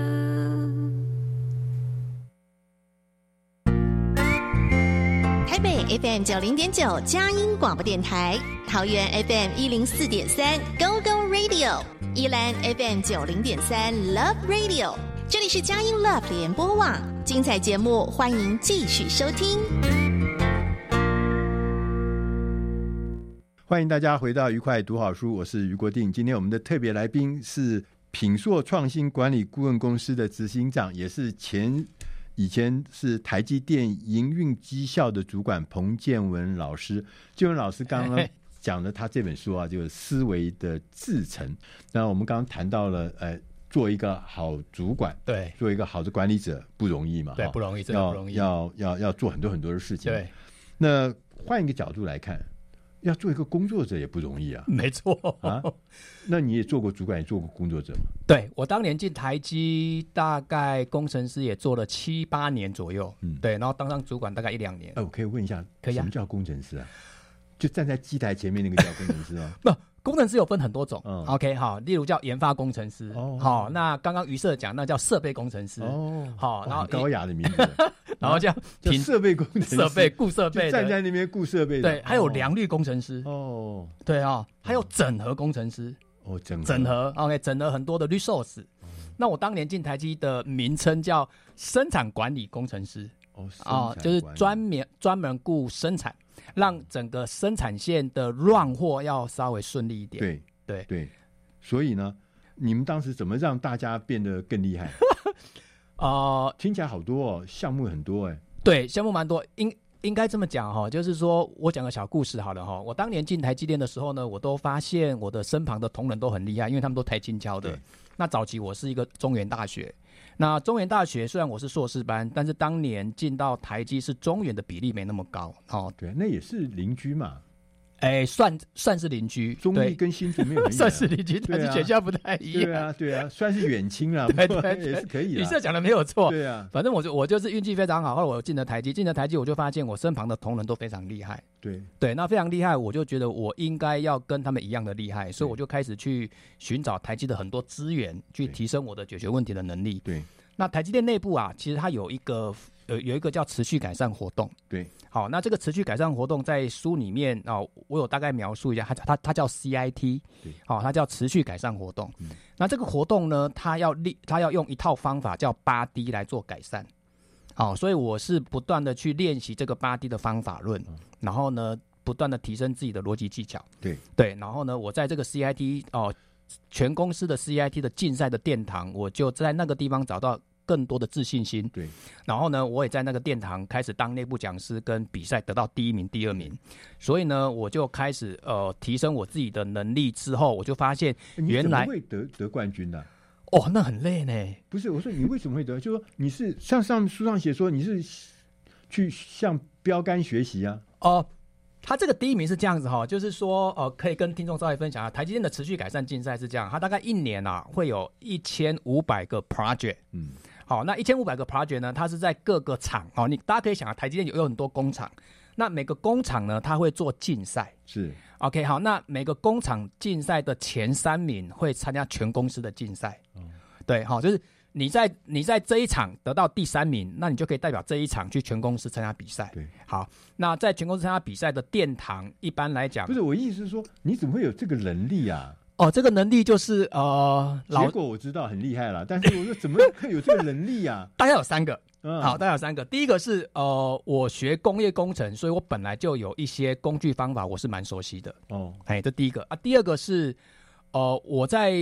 [SPEAKER 3] Da
[SPEAKER 4] 台北 FM 九零点九佳音广播电台，桃园 FM 一零四点三 Go Go Radio，宜兰 FM 九零点三 Love Radio，这里是佳音 Love 联播网，精彩节目欢迎继续收听。
[SPEAKER 1] 欢迎大家回到愉快读好书，我是于国定。今天我们的特别来宾是品硕创新管理顾问公司的执行长，也是前以前是台积电营运绩效的主管彭建文老师。建文老师刚刚讲了他这本书啊，就是《思维的制成》。那我们刚刚谈到了，呃，做一个好主管，
[SPEAKER 2] 对
[SPEAKER 1] 做一个好的管理者不容易嘛，
[SPEAKER 2] 对
[SPEAKER 1] 哈
[SPEAKER 2] 不容易真的
[SPEAKER 1] 要
[SPEAKER 2] 不容易
[SPEAKER 1] 要要要做很多很多的事情。
[SPEAKER 2] 对，，
[SPEAKER 1] 那换一个角度来看，要做一个工作者也不容易啊。
[SPEAKER 2] 没错。
[SPEAKER 1] 啊那你也做过主管，也做过工作者嘛？
[SPEAKER 2] 对我当年进台积，大概工程师也做了七八年左右，
[SPEAKER 1] 嗯呃
[SPEAKER 2] 对，然后当上主管大概一两年。
[SPEAKER 1] 哎、我可以问一下，
[SPEAKER 2] 可以
[SPEAKER 1] 什
[SPEAKER 2] 啊 <laughs>
[SPEAKER 1] 么叫工程师啊？就站在机台前面那个叫工程师啊？
[SPEAKER 2] 不，工程师有分很多种、
[SPEAKER 1] 嗯
[SPEAKER 2] o k 好，例如叫研发工程师，好、
[SPEAKER 1] 哦
[SPEAKER 2] 那刚刚于社讲那叫设备工程师，
[SPEAKER 1] 哦，
[SPEAKER 2] 好然
[SPEAKER 1] 哇
[SPEAKER 2] 后
[SPEAKER 1] 很高雅的名
[SPEAKER 2] <laughs>
[SPEAKER 1] 字，
[SPEAKER 2] 然后叫
[SPEAKER 1] 叫
[SPEAKER 2] 品
[SPEAKER 1] 设备工程师
[SPEAKER 2] 设备顾设
[SPEAKER 1] 就
[SPEAKER 2] 备
[SPEAKER 1] 站
[SPEAKER 2] 的，
[SPEAKER 1] 在那边顾设备的，
[SPEAKER 2] 对，还有
[SPEAKER 1] 哦
[SPEAKER 2] 良率工程师，
[SPEAKER 1] 哦
[SPEAKER 2] 对啊、还有整合工程师，
[SPEAKER 1] 哦整合
[SPEAKER 2] 整合，OK，整合很多的 resource。那
[SPEAKER 1] 嗯
[SPEAKER 2] 我当年进台积的名称叫生产管理工程师
[SPEAKER 1] 哦
[SPEAKER 2] 啊、
[SPEAKER 1] 生产
[SPEAKER 2] 就是
[SPEAKER 1] 管理
[SPEAKER 2] 专门专门顾生产，让整个生产线的 run 货要稍微顺利一点。
[SPEAKER 1] 对
[SPEAKER 2] 对
[SPEAKER 1] 对，所以呢，你们当时怎么让大家变得更厉害？
[SPEAKER 2] 呃，
[SPEAKER 1] 听起来好多哦，项目很多哎，
[SPEAKER 2] 对，项目蛮多，应应该这么讲哈、就是说我讲个小故事好了哈、我当年进台积电的时候呢，我都发现我的身旁的同仁都很厉害，因为他们都台金交的
[SPEAKER 1] 对。
[SPEAKER 2] 那早期我是一个中原大学，那中原大学虽然我是硕士班，但是当年进到台积是中原的比例没那么高哦，
[SPEAKER 1] 对，啊那也是邻居嘛，
[SPEAKER 2] 哎，算算是邻居，
[SPEAKER 1] 中立
[SPEAKER 2] 对，
[SPEAKER 1] 跟新竹没
[SPEAKER 2] <laughs>
[SPEAKER 1] 有很远啊
[SPEAKER 2] 算是邻居，
[SPEAKER 1] 对啊
[SPEAKER 2] 但是学校不太一
[SPEAKER 1] 对
[SPEAKER 2] 样。
[SPEAKER 1] 啊对
[SPEAKER 2] <laughs>
[SPEAKER 1] 啊，算是远亲啦，
[SPEAKER 2] 对
[SPEAKER 1] 不过
[SPEAKER 2] 对对
[SPEAKER 1] 也 <laughs> 是可以
[SPEAKER 2] 你
[SPEAKER 1] 啦，
[SPEAKER 2] 这讲的没有错，
[SPEAKER 1] 对啊
[SPEAKER 2] 反正我就我就是运气非常好，后来我进了台积，进了台积我就发现我身旁的同仁都非常厉害。
[SPEAKER 1] 对，
[SPEAKER 2] 对，那非常厉害，我就觉得我应该要跟他们一样的厉害，所以我就开始去寻找台积的很多资源，去
[SPEAKER 1] 对
[SPEAKER 2] 提升我的解决问题的能力。
[SPEAKER 1] 对
[SPEAKER 2] 那台积电内部啊，其实它有一个有有一个叫持续改善活动。
[SPEAKER 1] 对，
[SPEAKER 2] 好，那这个持续改善活动在书里面啊、我有大概描述一下，它它它叫 CIT，
[SPEAKER 1] 对
[SPEAKER 2] 好、它叫持续改善活动。
[SPEAKER 1] 嗯
[SPEAKER 2] 那这个活动呢，它要利，它要用一套方法叫八 D 来做改善。好、所以我是不断的去练习这个八 D 的方法论，
[SPEAKER 1] 嗯
[SPEAKER 2] 然后呢，不断的提升自己的逻辑技巧。
[SPEAKER 1] 对
[SPEAKER 2] 对，然后呢，我在这个 CIT 哦、全公司的 CIT 的竞赛的殿堂，我就在那个地方找到更多的自信心。
[SPEAKER 1] 对，哎
[SPEAKER 2] 然后呢，我也在那个殿堂开始当内部讲师，跟比赛得到第一名、第二
[SPEAKER 1] 嗯
[SPEAKER 2] 名。所以呢，我就开始呃提升我自己的能力之后，我就发现
[SPEAKER 1] 你
[SPEAKER 2] 原
[SPEAKER 1] 怎么
[SPEAKER 2] 来
[SPEAKER 1] 会得得冠军呢？
[SPEAKER 2] 哦，那很累呢。
[SPEAKER 1] 不是，我说你为什么会得？就说你是像上书上写说你是去向标杆学习啊，
[SPEAKER 2] 哦，他这个第一名是这样子哈、就是说呃，可以跟听众稍微分享啊，台积电的持续改善竞赛是这样，它大概一年啊会有一千五百个 project。
[SPEAKER 1] 嗯，
[SPEAKER 2] 好，那一千五百个 project 呢，它是在各个厂，好、你大家可以想啊，台积电有有很多工厂，那每个工厂呢，它会做竞赛。
[SPEAKER 1] 是
[SPEAKER 2] OK，好，那每个工厂竞赛的前三名会参加全公司的竞赛。
[SPEAKER 1] 嗯
[SPEAKER 2] 对，好、就是你在你在这一场得到第三名，那你就可以代表这一场去全公司参加比赛。
[SPEAKER 1] 对，
[SPEAKER 2] 好，那在全公司参加比赛的殿堂，一般来讲
[SPEAKER 1] 不，是我意思是说你怎么会有这个能力啊？
[SPEAKER 2] 哦，这个能力就是呃，
[SPEAKER 1] 结
[SPEAKER 2] 老
[SPEAKER 1] 果我知道很厉害啦，但是我说怎么会有这个能力啊？
[SPEAKER 2] 大概有三个，
[SPEAKER 1] 嗯，
[SPEAKER 2] <laughs> 好，大概有三个。第一个是呃，我学工业工程，所以我本来就有一些工具方法，我是蛮熟悉的。
[SPEAKER 1] 哦，
[SPEAKER 2] 哎，这第一个啊。第二个是呃，我在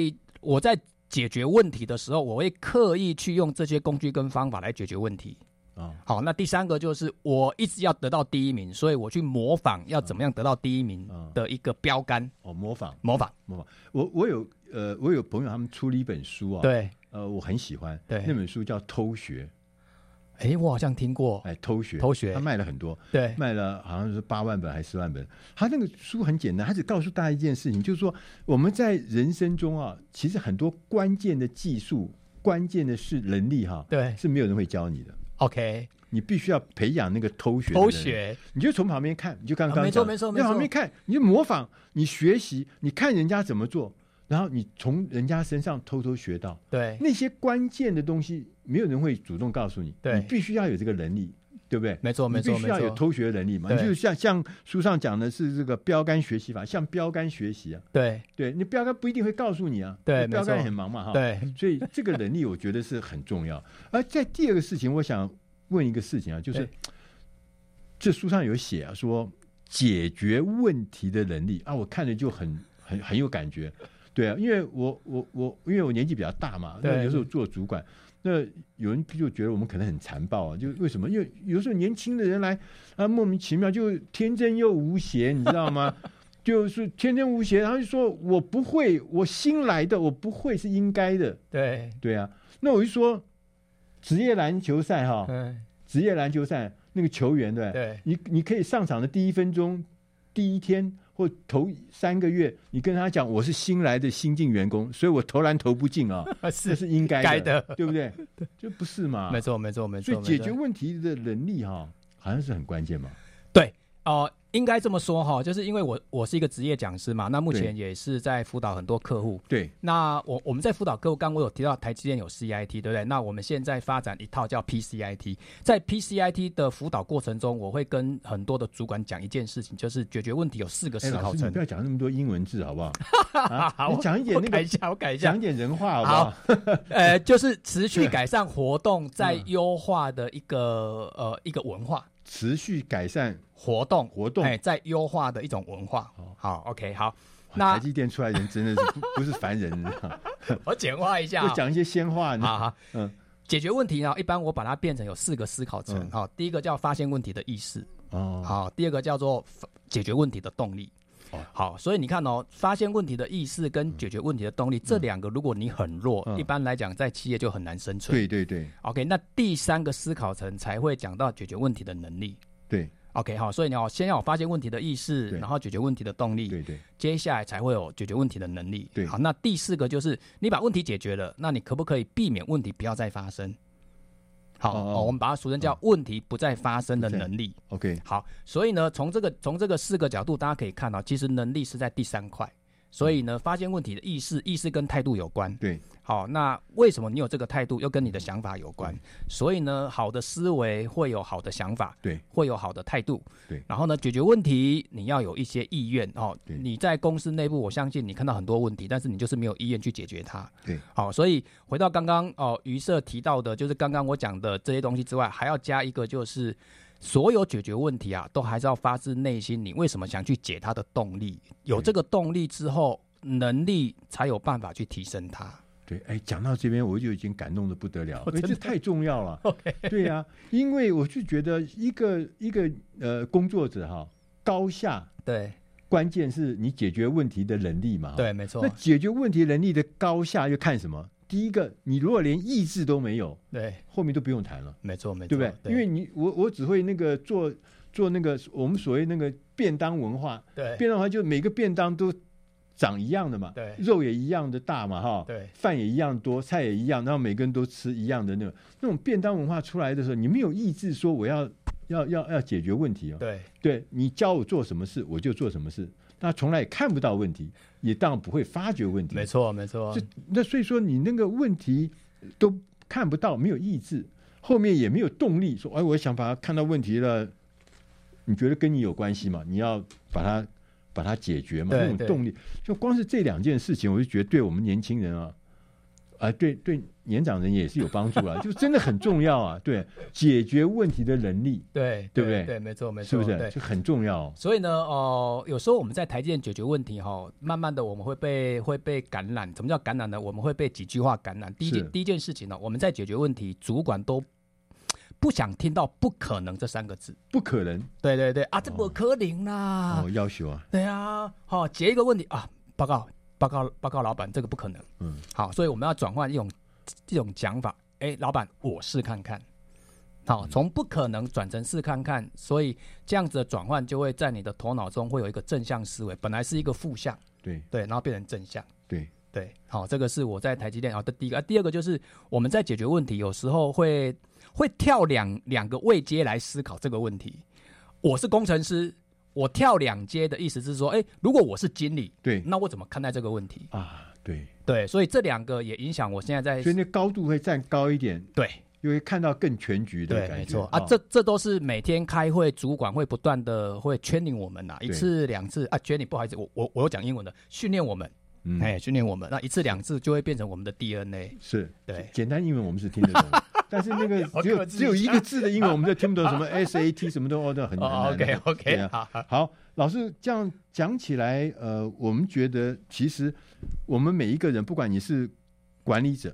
[SPEAKER 2] 我在解决问题的时候，我会刻意去用这些工具跟方法来解决问题。
[SPEAKER 1] 哦，
[SPEAKER 2] 好，那第三个就是我一直要得到第一名，所以我去模仿要怎么样得到第一名
[SPEAKER 1] 嗯
[SPEAKER 2] 的一个标杆
[SPEAKER 1] 哦，模仿，
[SPEAKER 2] 模仿。
[SPEAKER 1] 模仿。我我有呃，我有朋友他们出了一本书啊，，
[SPEAKER 2] 对，
[SPEAKER 1] 呃，我很喜欢，
[SPEAKER 2] 对
[SPEAKER 1] 那本书叫《偷学》，
[SPEAKER 2] 哎，我好像听过。
[SPEAKER 1] 哎，偷学，
[SPEAKER 2] 偷学
[SPEAKER 1] 他卖了很多，
[SPEAKER 2] 对，
[SPEAKER 1] 卖了好像是八万本还是十万本。他那个书很简单，他只告诉大家一件事情，就是说我们在人生中啊，其实很多关键的技术、关键的是能力哈、
[SPEAKER 2] 对
[SPEAKER 1] 是没有人会教你的，
[SPEAKER 2] ，OK，
[SPEAKER 1] 你必须要培养那个偷学的能
[SPEAKER 2] 偷
[SPEAKER 1] 力。
[SPEAKER 2] 学，
[SPEAKER 1] 你就从旁边看，你就刚刚
[SPEAKER 2] 啊没错
[SPEAKER 1] 讲
[SPEAKER 2] 没错
[SPEAKER 1] 你
[SPEAKER 2] 没错
[SPEAKER 1] 在旁边看，你就模仿，你学习，你看人家怎么做，然后你从人家身上偷偷学到
[SPEAKER 2] 对，
[SPEAKER 1] 那些关键的东西，没有人会主动告诉你，
[SPEAKER 2] 对
[SPEAKER 1] 你必须要有这个能力，对不对？
[SPEAKER 2] 没错没错
[SPEAKER 1] 你必须要
[SPEAKER 2] 没错
[SPEAKER 1] 有偷学的能力嘛。
[SPEAKER 2] 对
[SPEAKER 1] 你就像像书上讲的是这个标杆学习法，像标杆学习啊，
[SPEAKER 2] 对
[SPEAKER 1] 对你标杆不一定会告诉你啊，
[SPEAKER 2] 对
[SPEAKER 1] 你标
[SPEAKER 2] 没
[SPEAKER 1] 杆
[SPEAKER 2] 错
[SPEAKER 1] 很忙嘛哈，
[SPEAKER 2] 对，
[SPEAKER 1] 所以这个能力我觉得是很重要。而在第二个事情，我想问一个事情啊，就是
[SPEAKER 2] 对
[SPEAKER 1] 这书上有写啊，说解决问题的能力啊，我看着就很很很有感觉。对啊，因为我我我，因为我年纪比较大嘛，
[SPEAKER 2] 对
[SPEAKER 1] 那有时候做主管，那有人就觉得我们可能很残暴啊，就为什么？因为有时候年轻的人来啊，莫名其妙就天真又无邪，你知道吗？ <laughs> 就是天真无邪，然后就说我不会，我新来的，我不会是应该的。
[SPEAKER 2] 对，
[SPEAKER 1] 对啊，那我就说，职业篮球赛哈、
[SPEAKER 2] 嗯，
[SPEAKER 1] 职业篮球赛那个球员对不对，
[SPEAKER 2] 对，
[SPEAKER 1] 你你可以上场的第一分钟、第一天或头三个月，你跟他讲我是新来的新进员工，所以我投篮投不进啊，这
[SPEAKER 2] <laughs> 是
[SPEAKER 1] 是应该
[SPEAKER 2] 该的
[SPEAKER 1] 对不
[SPEAKER 2] <laughs>
[SPEAKER 1] 对？这不是嘛？
[SPEAKER 2] 没错，没错，没
[SPEAKER 1] 所
[SPEAKER 2] 错。
[SPEAKER 1] 以解
[SPEAKER 2] 没错
[SPEAKER 1] 决问题的能力哈、好像是很关键嘛。
[SPEAKER 2] 对哦、应该这么说哈，就是因为我我是一个职业讲师嘛，那目前也是在辅导很多客户。
[SPEAKER 1] 对，
[SPEAKER 2] 那我我们在辅导客户，刚刚我有提到台积电有 CIT，对不对？那我们现在发展一套叫 PCIT，在 PCIT 的辅导过程中，我会跟很多的主管讲一件事情，就是解决问题有四个
[SPEAKER 1] 哎，
[SPEAKER 2] 思
[SPEAKER 1] 老
[SPEAKER 2] 考
[SPEAKER 1] 师，你
[SPEAKER 2] 层
[SPEAKER 1] 不。要讲那么多英文字好
[SPEAKER 2] <laughs>
[SPEAKER 1] 不好？啊
[SPEAKER 2] 好
[SPEAKER 1] 你讲一点
[SPEAKER 2] 我
[SPEAKER 1] 那
[SPEAKER 2] 改
[SPEAKER 1] 个
[SPEAKER 2] 一，下，我改一下
[SPEAKER 1] 讲一。点人话好不好？
[SPEAKER 2] 呃，就是持续改善活动在
[SPEAKER 1] 嗯
[SPEAKER 2] 优化的一个、呃一个文化
[SPEAKER 1] 持续改善，
[SPEAKER 2] 活动
[SPEAKER 1] 活动哦
[SPEAKER 2] 哎，在优化的一种文化。好，OK，好，
[SPEAKER 1] 哇台
[SPEAKER 2] 那
[SPEAKER 1] 积电出来人真的是不 <laughs> 不是凡人，你知道吗
[SPEAKER 2] 我简化一下
[SPEAKER 1] 要
[SPEAKER 2] 啊，
[SPEAKER 1] 讲一些鲜话呢。
[SPEAKER 2] 好好，
[SPEAKER 1] 嗯
[SPEAKER 2] 解决问题呢，一般我把它变成有四个思考层
[SPEAKER 1] 嗯
[SPEAKER 2] 哈、第一个叫发现问题的意识，
[SPEAKER 1] 哦，
[SPEAKER 2] 好、第二个叫做解决问题的动力。
[SPEAKER 1] 哦
[SPEAKER 2] 好，所以你看哦，发现问题的意识跟解决问题的动力、这两个，如果你很弱，
[SPEAKER 1] 嗯
[SPEAKER 2] 一般来讲在企业就很难生存。
[SPEAKER 1] 对对对
[SPEAKER 2] OK，那第三个思考层才会讲到解决问题的能力。
[SPEAKER 1] 对
[SPEAKER 2] OK，好，所以你要先要有发现问题的意识，
[SPEAKER 1] 对
[SPEAKER 2] 然后解决问题的动力，
[SPEAKER 1] 对对，
[SPEAKER 2] 接下来才会有解决问题的能力。
[SPEAKER 1] 对
[SPEAKER 2] 好，那第四个就是你把问题解决了，那你可不可以避免问题不要再发生？好，
[SPEAKER 1] 哦哦
[SPEAKER 2] 我们把它俗称叫问题不再发生的能力。
[SPEAKER 1] ，OK，
[SPEAKER 2] 好，所以呢，从这个从这个四个角度，大家可以看到，其实能力是在第三块。所以呢，
[SPEAKER 1] 嗯
[SPEAKER 2] 发现问题的意识，意识跟态度有关。
[SPEAKER 1] 对，
[SPEAKER 2] 好，那为什么你有这个态度，又跟你的想法有关？
[SPEAKER 1] 嗯
[SPEAKER 2] 所以呢，好的思维会有好的想法，
[SPEAKER 1] 对，
[SPEAKER 2] 会有好的态度，
[SPEAKER 1] 对
[SPEAKER 2] 然后呢，解决问题你要有一些意愿哦。
[SPEAKER 1] 对
[SPEAKER 2] 你在公司内部，我相信你看到很多问题，但是你就是没有意愿去解决它。
[SPEAKER 1] 对，
[SPEAKER 2] 好，所以回到刚刚哦，于社提到的，就是刚刚我讲的这些东西之外，还要加一个就是。所有解决问题啊，都还是要发自内心，你为什么想去解它的动力？有这个动力之后，能力才有办法去提升它。
[SPEAKER 1] 对，哎，讲到这边我就已经感动的不得
[SPEAKER 2] <laughs>
[SPEAKER 1] 了，
[SPEAKER 2] 哦
[SPEAKER 1] 哎
[SPEAKER 2] 真
[SPEAKER 1] 这
[SPEAKER 2] 的
[SPEAKER 1] 太重要了。 <laughs> 对呀、因为我就觉得一个一个呃工作者哈，高下
[SPEAKER 2] 对
[SPEAKER 1] 关键是你解决问题的能力嘛。哈
[SPEAKER 2] 对，没错
[SPEAKER 1] 那，解决问题能力的高下又看什么？第一个，你如果连意志都没有，
[SPEAKER 2] 对，
[SPEAKER 1] 后面都不用谈了，
[SPEAKER 2] 没错，没
[SPEAKER 1] 对
[SPEAKER 2] 错，
[SPEAKER 1] 不对？因为你我我只会那个做做那个我们所谓那个便当文化，
[SPEAKER 2] 对
[SPEAKER 1] 便当文化就每个便当都长一样的嘛，
[SPEAKER 2] 对
[SPEAKER 1] 肉也一样的大嘛，哈，
[SPEAKER 2] 对
[SPEAKER 1] 饭也一样多，菜也一样，然后每个人都吃一样的那种那种便当文化出来的时候，你没有意志说我要要要要解决问题哦，
[SPEAKER 2] 对
[SPEAKER 1] 对你教我做什么事我就做什么事，那从来也看不到问题，也当然不会发觉问题，
[SPEAKER 2] 没错，没错
[SPEAKER 1] 这，那所以说你那个问题都看不到，没有意志，后面也没有动力，说哎，我想把它看到问题了，你觉得跟你有关系嘛？你要把它把它解决嘛，
[SPEAKER 2] 对
[SPEAKER 1] 那种
[SPEAKER 2] 对
[SPEAKER 1] 动力，就光是这两件事情，我就觉得对我们年轻人啊。啊，对对，年长人也是有帮助啊，就真的很重要啊，对，解决问题的能力
[SPEAKER 2] 对
[SPEAKER 1] 对不对
[SPEAKER 2] 对，没错，没
[SPEAKER 1] 是
[SPEAKER 2] 错，
[SPEAKER 1] 不是
[SPEAKER 2] 对
[SPEAKER 1] 就很重要哦？
[SPEAKER 2] 所以呢，哦、有时候我们在台积电解决问题哈、慢慢的我们会被会被感染。什么叫感染呢？我们会被几句话感染。第一
[SPEAKER 1] 是
[SPEAKER 2] 件第一件事情呢、我们在解决问题，主管都不想听到“不可能”这三个字。
[SPEAKER 1] 不可能
[SPEAKER 2] 对对对啊，这不可能啦！
[SPEAKER 1] 哦哦，要求啊，
[SPEAKER 2] 对啊，好、解一个问题啊，报告报告报告老板，这个不可能。
[SPEAKER 1] 嗯，
[SPEAKER 2] 好，所以我们要转换一种一种讲法，哎，老板，我试看看。好，从不可能转成试看看，所以这样子的转换就会在你的头脑中会有一个正向思维，本来是一个负向，
[SPEAKER 1] 对
[SPEAKER 2] 对，然后变成正向，
[SPEAKER 1] 对，
[SPEAKER 2] 对，好，这个是我在台积电啊的第一个、啊，第二个就是我们在解决问题，有时候会会跳两两个位阶来思考这个问题。我是工程师，我跳两阶的意思是说，哎，如果我是经理，
[SPEAKER 1] 对
[SPEAKER 2] 那我怎么看待这个问题？
[SPEAKER 1] 啊，对，
[SPEAKER 2] 对，所以这两个也影响我现在在
[SPEAKER 1] 所以那高度会站高一点，
[SPEAKER 2] 对
[SPEAKER 1] 因为看到更全局的
[SPEAKER 2] 对，
[SPEAKER 1] 感觉
[SPEAKER 2] 没错啊
[SPEAKER 1] 哦，
[SPEAKER 2] 这这都是每天开会，主管会不断的会 training 我们呐、一
[SPEAKER 1] 对
[SPEAKER 2] 次两次啊，training 不好意思，我我我有讲英文的，训练我们，
[SPEAKER 1] 嗯
[SPEAKER 2] 哎、训练我们，那一次两次就会变成我们的 DNA。
[SPEAKER 1] 是
[SPEAKER 2] 对
[SPEAKER 1] 简单英文我们是听得懂
[SPEAKER 2] <laughs>
[SPEAKER 1] 的，但是那个只有
[SPEAKER 2] 克制一下
[SPEAKER 1] 只有一个字的英文我们就听不懂，什
[SPEAKER 2] <laughs>
[SPEAKER 1] 么 SAT 什么都哦，那很很难的。
[SPEAKER 2] 哦，OK
[SPEAKER 1] 对
[SPEAKER 2] OK，
[SPEAKER 1] 啊
[SPEAKER 2] 好，好
[SPEAKER 1] 好，老师这样讲起来，呃，我们觉得其实我们每一个人，不管你是管理者，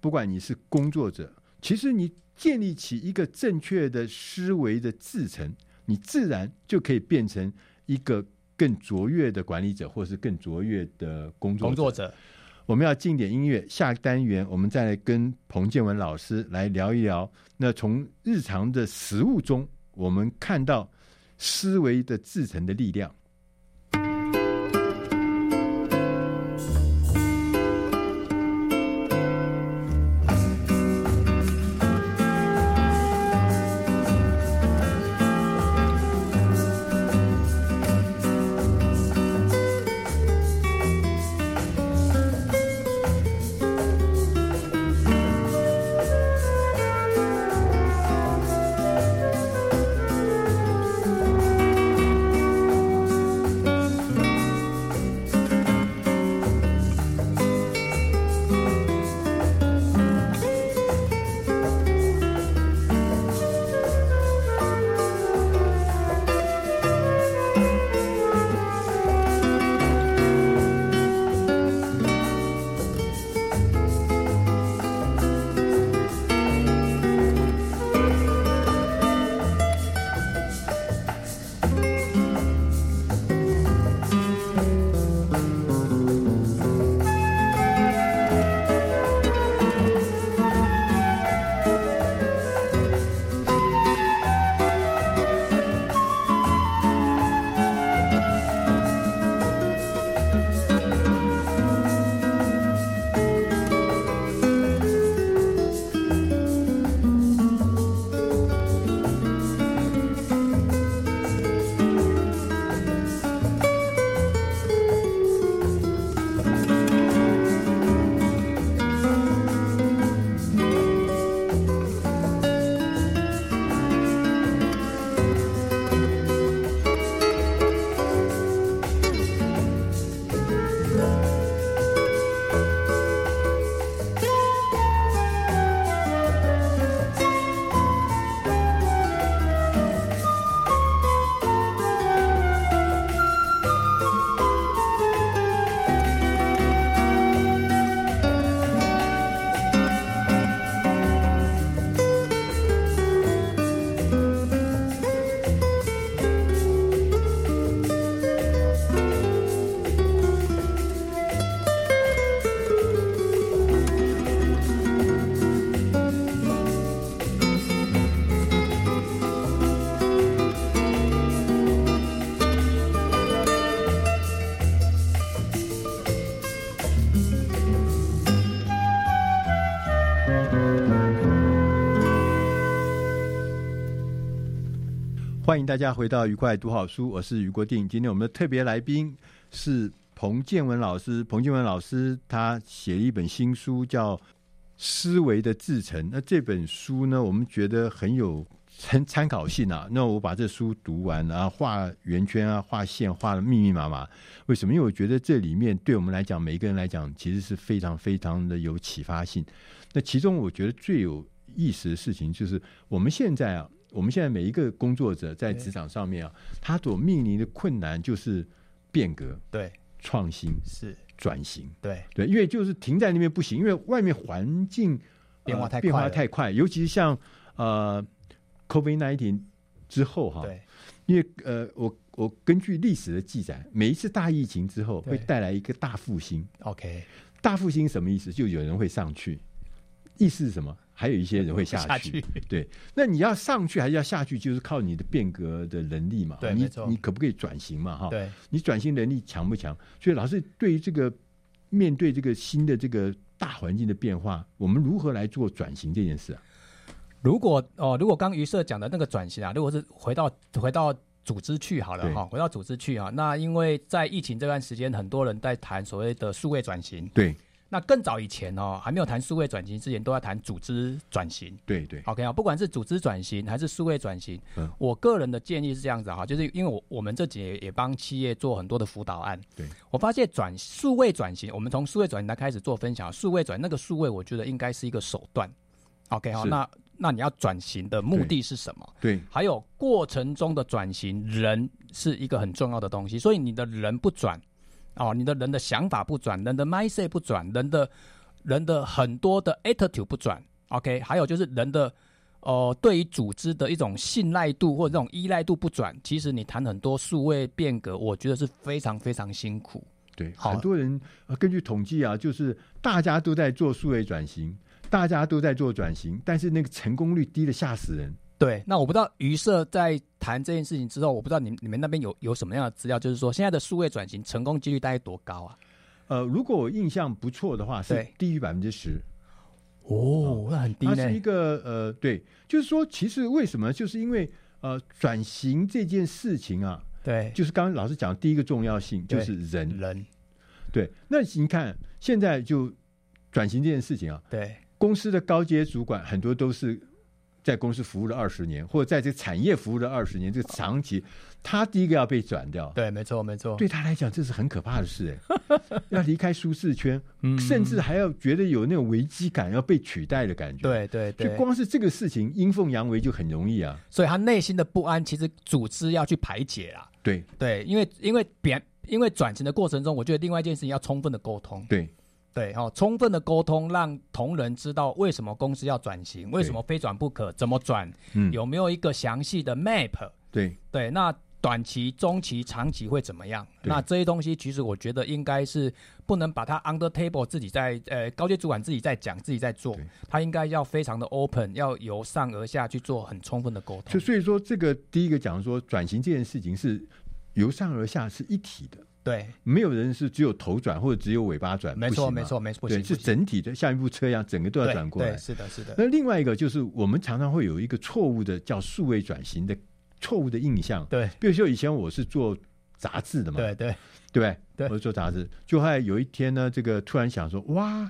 [SPEAKER 1] 不管你是工作者，其实你建立起一个正确的思维的制程，你自然就可以变成一个更卓越的管理者，或是更卓越的工作
[SPEAKER 2] 工作者，
[SPEAKER 1] 我们要进点音乐，下个单元我们再来跟彭建文老师来聊一聊。那从日常的食物中，我们看到思维的制成的力量。
[SPEAKER 3] Thank
[SPEAKER 1] 欢迎大家回到愉快读好书，我是于国定。今天我们的特别来宾是彭建文老师。彭建文老师他写了一本新书，叫《思维的制成》。那这本书呢，我们觉得很有参参考性啊。那我把这书读完啊，画圆圈啊，画线，画的密密麻麻。为什么？因为我觉得这里面对我们来讲，每一个人来讲，其实是非常非常的有启发性。那其中我觉得最有意思的事情，就是我们现在啊。我们现在每一个工作者在职场上面啊，
[SPEAKER 2] 嗯
[SPEAKER 1] 他所面临的困难就是变革、
[SPEAKER 2] 对，
[SPEAKER 1] 创新、
[SPEAKER 2] 是，
[SPEAKER 1] 转型。
[SPEAKER 2] 对，
[SPEAKER 1] 对，因为就是停在那边不行，因为外面环境、呃
[SPEAKER 2] 变化太快
[SPEAKER 1] 变化
[SPEAKER 2] 了
[SPEAKER 1] 太快，尤其是像呃 COVID nineteen 之后哈、
[SPEAKER 2] 对，
[SPEAKER 1] 因为呃，我我根据历史的记载，每一次大疫情之后
[SPEAKER 2] 对
[SPEAKER 1] 会带来一个大复兴。
[SPEAKER 2] ，OK，
[SPEAKER 1] 大复兴什么意思？就有人会上去，意思是什么？还有一些人会下去。
[SPEAKER 2] 下去
[SPEAKER 1] 对，那你要上去还是要下去，就是靠你的变革的能力嘛。
[SPEAKER 2] 对
[SPEAKER 1] 你
[SPEAKER 2] 没错
[SPEAKER 1] 你可不可以转型嘛？哈，
[SPEAKER 2] 对，
[SPEAKER 1] 你转型能力强不强？所以老师对于这个面对这个新的这个大环境的变化，我们如何来做转型这件事啊？
[SPEAKER 2] 如果哦，如果刚于社讲的那个转型啊，如果是回到回到组织去好了
[SPEAKER 1] 对
[SPEAKER 2] 哈，回到组织去啊，那因为在疫情这段时间，很多人在谈所谓的数位转型。
[SPEAKER 1] 对
[SPEAKER 2] 那更早以前哦，还没有谈数位转型之前，都在谈组织转型。
[SPEAKER 1] 对对
[SPEAKER 2] OK 啊，不管是组织转型还是数位转型，
[SPEAKER 1] 嗯
[SPEAKER 2] 我个人的建议是这样子哈，就是因为我我们这几年也帮企业做很多的辅导案，
[SPEAKER 1] 对，
[SPEAKER 2] 我发现转数位转型，我们从数位转型来开始做分享，数位转那个数位，我觉得应该是一个手段。OK 好，
[SPEAKER 1] 是
[SPEAKER 2] 那那你要转型的目的是什么？
[SPEAKER 1] 对
[SPEAKER 2] 还有过程中的转型，人是一个很重要的东西，所以你的人不转，哦，你的人的想法不转，人的 mindset 不转，人的人的很多的 attitude 不转，OK，还有就是人的呃对于组织的一种信赖度或者这种依赖度不转，其实你谈很多数位变革，我觉得是非常非常辛苦，
[SPEAKER 1] 对，
[SPEAKER 2] 好
[SPEAKER 1] 很多人呃根据统计啊，就是大家都在做数位转型，大家都在做转型，但是那个成功率低的吓死人。
[SPEAKER 2] 对，那我不知道于社在谈这件事情之后，我不知道你你们那边有有什么样的资料，就是说现在的数位转型成功几率大概多高啊？
[SPEAKER 1] 呃，如果我印象不错的话，是
[SPEAKER 2] 对
[SPEAKER 1] 低于百分之十。
[SPEAKER 2] 哦，那很低
[SPEAKER 1] 它
[SPEAKER 2] 呢。
[SPEAKER 1] 是一个呃，对，就是说，其实为什么？就是因为呃，转型这件事情啊，
[SPEAKER 2] 对，
[SPEAKER 1] 就是刚刚老师讲，第一个重要性就
[SPEAKER 2] 对
[SPEAKER 1] 是人。
[SPEAKER 2] 人
[SPEAKER 1] 对，那你看现在就转型这件事情啊，
[SPEAKER 2] 对
[SPEAKER 1] 公司的高阶主管很多都是在公司服务了二十年，或者在这个产业服务了二十年，这个长期，他第一个要被转掉。
[SPEAKER 2] 对，没错没错，
[SPEAKER 1] 对他来讲，这是很可怕的事，哎，
[SPEAKER 2] <laughs>
[SPEAKER 1] 要离开舒适圈，
[SPEAKER 2] 嗯
[SPEAKER 1] 甚至还要觉得有那种危机感，要被取代的感觉。
[SPEAKER 2] 对对
[SPEAKER 1] 就
[SPEAKER 2] 对，
[SPEAKER 1] 光是这个事情，阴奉阳违就很容易啊。
[SPEAKER 2] 所以他内心的不安，其实组织要去排解啦。
[SPEAKER 1] 对
[SPEAKER 2] 对，因为因为别因为转型的过程中，我觉得另外一件事情要充分的沟通，
[SPEAKER 1] 对
[SPEAKER 2] 对哦，充分的沟通，让同仁知道为什么公司要转型，为什么非转不可，怎么转，
[SPEAKER 1] 嗯
[SPEAKER 2] 有没有一个详细的 map？
[SPEAKER 1] 对
[SPEAKER 2] 对，那短期、中期、长期会怎么样？
[SPEAKER 1] 对
[SPEAKER 2] 那这些东西，其实我觉得应该是不能把它 under table 自己在呃高阶主管自己在讲、自己在做
[SPEAKER 1] 对，
[SPEAKER 2] 他应该要非常的 open，要由上而下去做很充分的沟
[SPEAKER 1] 就
[SPEAKER 2] 通。
[SPEAKER 1] 所以说，这个第一个讲说转型这件事情是由上而下是一体的，
[SPEAKER 2] 对，
[SPEAKER 1] 没有人是只有头转或者只有尾巴转，
[SPEAKER 2] 没
[SPEAKER 1] 不行
[SPEAKER 2] 错，
[SPEAKER 1] 嘛
[SPEAKER 2] 没错，，没错，不
[SPEAKER 1] 对，
[SPEAKER 2] 行，
[SPEAKER 1] 是
[SPEAKER 2] 不行
[SPEAKER 1] 整体的，像一部车一样，整个都要
[SPEAKER 2] 对
[SPEAKER 1] 转过来
[SPEAKER 2] 对，。是的，
[SPEAKER 1] <laughs>
[SPEAKER 2] 是的，
[SPEAKER 1] 那另外一个就是，我们常常会有一个错误的叫数位转型的错误的印象，
[SPEAKER 2] 对，
[SPEAKER 1] 比如说以前我是做杂志的嘛，
[SPEAKER 2] 对，对，
[SPEAKER 1] 对不对？
[SPEAKER 2] 对
[SPEAKER 1] 我是做杂志，就后来有一天呢，这个突然想说，哇，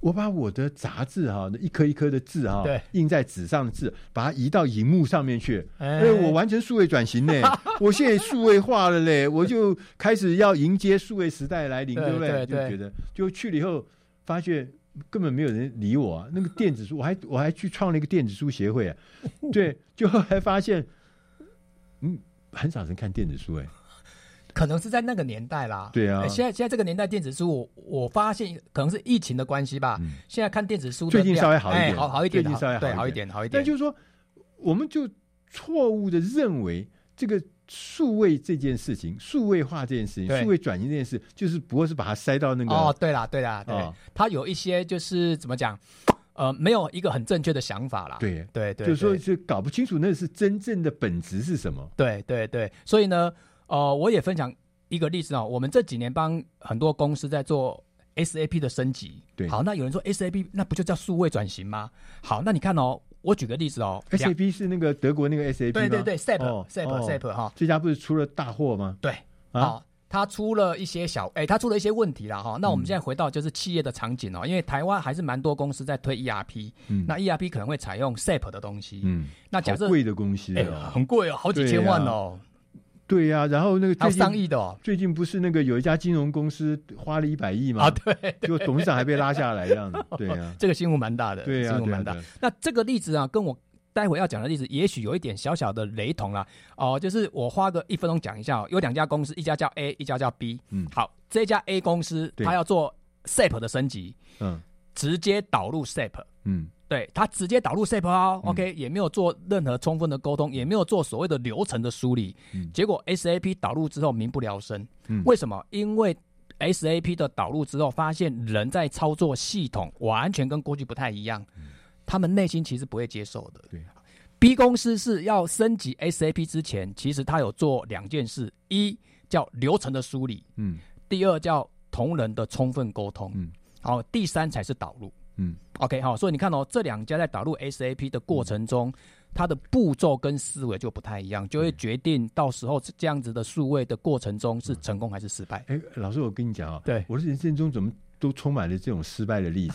[SPEAKER 1] 我把我的杂志哈、一颗一颗的字哈、
[SPEAKER 2] 对
[SPEAKER 1] 印在纸上的字，把它移到荧幕上面去。
[SPEAKER 2] 哎
[SPEAKER 1] 哎，我完成数位转
[SPEAKER 2] <laughs>
[SPEAKER 1] 型嘞，我现在数位化了嘞，我就开始要迎接数位时代来临，
[SPEAKER 2] 对
[SPEAKER 1] 不
[SPEAKER 2] 对
[SPEAKER 1] 就
[SPEAKER 2] 对
[SPEAKER 1] 觉得就去了以后，发现根本没有人理我、啊。那个电子书，我还我还去创了一个电子书协会、啊，对，就后来发现，嗯，很少人看电子书哎、
[SPEAKER 2] 可能是在那个年代啦。
[SPEAKER 1] 对啊
[SPEAKER 2] 哎现在现在这个年代电子书，我我发现可能是疫情的关系吧，现在看电子书的
[SPEAKER 1] 嗯最近
[SPEAKER 2] 量
[SPEAKER 1] 稍微好一
[SPEAKER 2] 哎
[SPEAKER 1] 点
[SPEAKER 2] 好好一点，
[SPEAKER 1] 最近稍微
[SPEAKER 2] 对，
[SPEAKER 1] 好
[SPEAKER 2] 好
[SPEAKER 1] 一
[SPEAKER 2] 一
[SPEAKER 1] 点
[SPEAKER 2] 点，好一点。
[SPEAKER 1] 但就是说，我们就错误的认为这个数位这件事情、数位化这件事情、
[SPEAKER 2] 对
[SPEAKER 1] 数位转型这件事，就是不过是把它塞到那个、
[SPEAKER 2] 哦，对啦，对啦，对，
[SPEAKER 1] 哦
[SPEAKER 2] 他有一些就是怎么讲，呃，没有一个很正确的想法啦。
[SPEAKER 1] 对
[SPEAKER 2] 对对，
[SPEAKER 1] 就是说
[SPEAKER 2] 对
[SPEAKER 1] 就搞不清楚那是真正的本质是什么。
[SPEAKER 2] 对对对，所以呢，呃，我也分享一个例子哦，我们这几年帮很多公司在做 SAP 的升级。
[SPEAKER 1] 对
[SPEAKER 2] 好，那有人说 SAP 那不就叫数位转型吗？好，那你看哦，我举个例子哦，两
[SPEAKER 1] SAP 是那个德国那个 SAP 吗？
[SPEAKER 2] 对对对，SAP
[SPEAKER 1] 哦
[SPEAKER 2] SAP
[SPEAKER 1] 哦
[SPEAKER 2] SAP 啊哈
[SPEAKER 1] 这家不是出了大祸吗？
[SPEAKER 2] 对，
[SPEAKER 1] 啊
[SPEAKER 2] 好、他出了一些小，哎、他出了一些问题啦哈。那我
[SPEAKER 1] 嗯
[SPEAKER 2] 们现在回到就是企业的场景哦，因为台湾还是蛮多公司在推 ERP，、
[SPEAKER 1] 嗯
[SPEAKER 2] 那 ERP 可能会采用 SAP 的东西，
[SPEAKER 1] 嗯，
[SPEAKER 2] 那假设
[SPEAKER 1] 好贵的公司
[SPEAKER 2] 哎、
[SPEAKER 1] 哦，
[SPEAKER 2] 很贵哦，好几千万哦，
[SPEAKER 1] 对啊呀、然后那个
[SPEAKER 2] 还
[SPEAKER 1] 最
[SPEAKER 2] 有上
[SPEAKER 1] 近
[SPEAKER 2] 亿的哦，
[SPEAKER 1] 最近不是那个有一家金融公司花了一百亿嘛？
[SPEAKER 2] 啊，对，
[SPEAKER 1] 就董事长还被拉下来这样子，对呀、
[SPEAKER 2] 哦这个新闻蛮大的，
[SPEAKER 1] 对呀、
[SPEAKER 2] 新闻
[SPEAKER 1] 对呀
[SPEAKER 2] 蛮大。
[SPEAKER 1] 对啊呀
[SPEAKER 2] 那这个例子啊，跟我待会要讲的例子，也许有一点小小的雷同啦。哦、就是我花个一分钟讲一下、哦，有两家公司，一家叫 A，一家叫 B。
[SPEAKER 1] 嗯
[SPEAKER 2] 好，这家 A 公司
[SPEAKER 1] 对
[SPEAKER 2] 它要做 SAP 的升级，
[SPEAKER 1] 嗯
[SPEAKER 2] 直接导入 SAP。
[SPEAKER 1] 嗯
[SPEAKER 2] 对它直接导入 SAP 哦、
[SPEAKER 1] 嗯
[SPEAKER 2] o k 也没有做任何充分的沟通，也没有做所谓的流程的梳理，
[SPEAKER 1] 嗯
[SPEAKER 2] 结果 SAP 导入之后民不聊生，
[SPEAKER 1] 嗯
[SPEAKER 2] 为什么？因为 SAP 的导入之后，发现人在操作系统完全跟过去不太一样，他们内心其实不会接受的。
[SPEAKER 1] 嗯对
[SPEAKER 2] B 公司是要升级 SAP 之前，其实它有做两件事：一叫流程的梳理，
[SPEAKER 1] 嗯
[SPEAKER 2] 第二叫同仁的充分沟通，
[SPEAKER 1] 嗯
[SPEAKER 2] 好、第三才是导入。
[SPEAKER 1] 嗯
[SPEAKER 2] OK 好，所以你看哦，这两家在导入 SAP 的过程中，它的步骤跟思维就不太一样，就
[SPEAKER 1] 嗯
[SPEAKER 2] 会决定到时候这样子的数位的过程中是成功还是失败。
[SPEAKER 1] 哎，老师，我跟你讲啊、
[SPEAKER 2] 对
[SPEAKER 1] 我的人生中怎么都充满了这种失败的
[SPEAKER 2] <laughs>
[SPEAKER 1] 例子，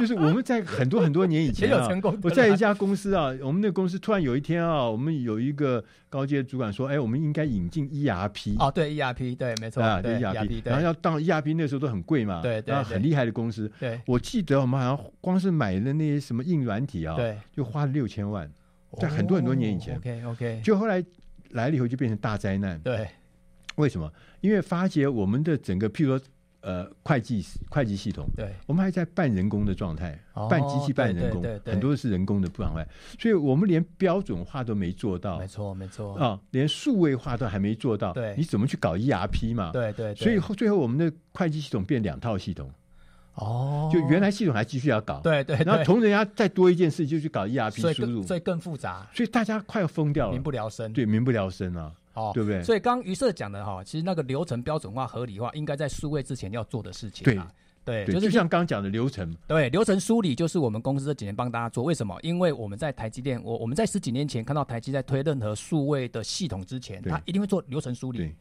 [SPEAKER 1] 就是我们在很多很多年以前
[SPEAKER 2] 也有
[SPEAKER 1] 啊
[SPEAKER 2] 成功的啦
[SPEAKER 1] 我在一家公司啊，我们那个公司突然有一天啊，我们有一个高阶主管说，哎，我们应该引进 ERP
[SPEAKER 2] 哦，对，ERP 对，没错，
[SPEAKER 1] 嗯啊，
[SPEAKER 2] 对 E
[SPEAKER 1] ERP，然后
[SPEAKER 2] 对
[SPEAKER 1] 要当 ERP 那时候都很贵嘛，
[SPEAKER 2] 对对
[SPEAKER 1] 然后很
[SPEAKER 2] 对
[SPEAKER 1] 厉害的公司，
[SPEAKER 2] 对
[SPEAKER 1] 我记得我们好像光是买的那些什么硬软体啊，
[SPEAKER 2] 对，哦
[SPEAKER 1] 就花了六千万，在很多很多年以前
[SPEAKER 2] OK OK，
[SPEAKER 1] 就后来来了以后就变成大灾难。
[SPEAKER 2] 对
[SPEAKER 1] 为什么？因为发觉我们的整个，譬如说，呃，会计会计系统，
[SPEAKER 2] 对
[SPEAKER 1] 我们还在半人工的状态，
[SPEAKER 2] 哦
[SPEAKER 1] 半机器半
[SPEAKER 2] 对
[SPEAKER 1] 人工
[SPEAKER 2] 对对，对
[SPEAKER 1] 很多是人工的不往外，所以我们连标准化都没做到
[SPEAKER 2] 没错没错，
[SPEAKER 1] 哦啊，连数位化都还没做到，
[SPEAKER 2] 对
[SPEAKER 1] 你怎么去搞 ERP 嘛？
[SPEAKER 2] 对对，对
[SPEAKER 1] 所以后最后我们的会计系统变两套系统，
[SPEAKER 2] 哦，
[SPEAKER 1] 就原来系统还继续要搞，
[SPEAKER 2] 对对，
[SPEAKER 1] 然后
[SPEAKER 2] 对
[SPEAKER 1] 同人家再多一件事就去搞
[SPEAKER 2] 所
[SPEAKER 1] ERP
[SPEAKER 2] 以
[SPEAKER 1] 输入
[SPEAKER 2] 更，所以更复杂，
[SPEAKER 1] 所以大家快要疯掉
[SPEAKER 2] 民
[SPEAKER 1] 了，
[SPEAKER 2] 不聊生。
[SPEAKER 1] 哦对，民不聊生啊，
[SPEAKER 2] 哦，
[SPEAKER 1] 对不对
[SPEAKER 2] 所以刚刚于社讲的哈，其实那个流程标准化、合理化，应该在数位之前要做的事情啊。对
[SPEAKER 1] 对，
[SPEAKER 2] 就
[SPEAKER 1] 就是像刚刚讲的流程，
[SPEAKER 2] 对流程梳理，就是我们公司这几年帮大家做。为什么？因为我们在台积电，我我们在十几年前看到台积在推任何数位的系统之前，
[SPEAKER 1] 对
[SPEAKER 2] 它一定会做流程梳理
[SPEAKER 1] 对。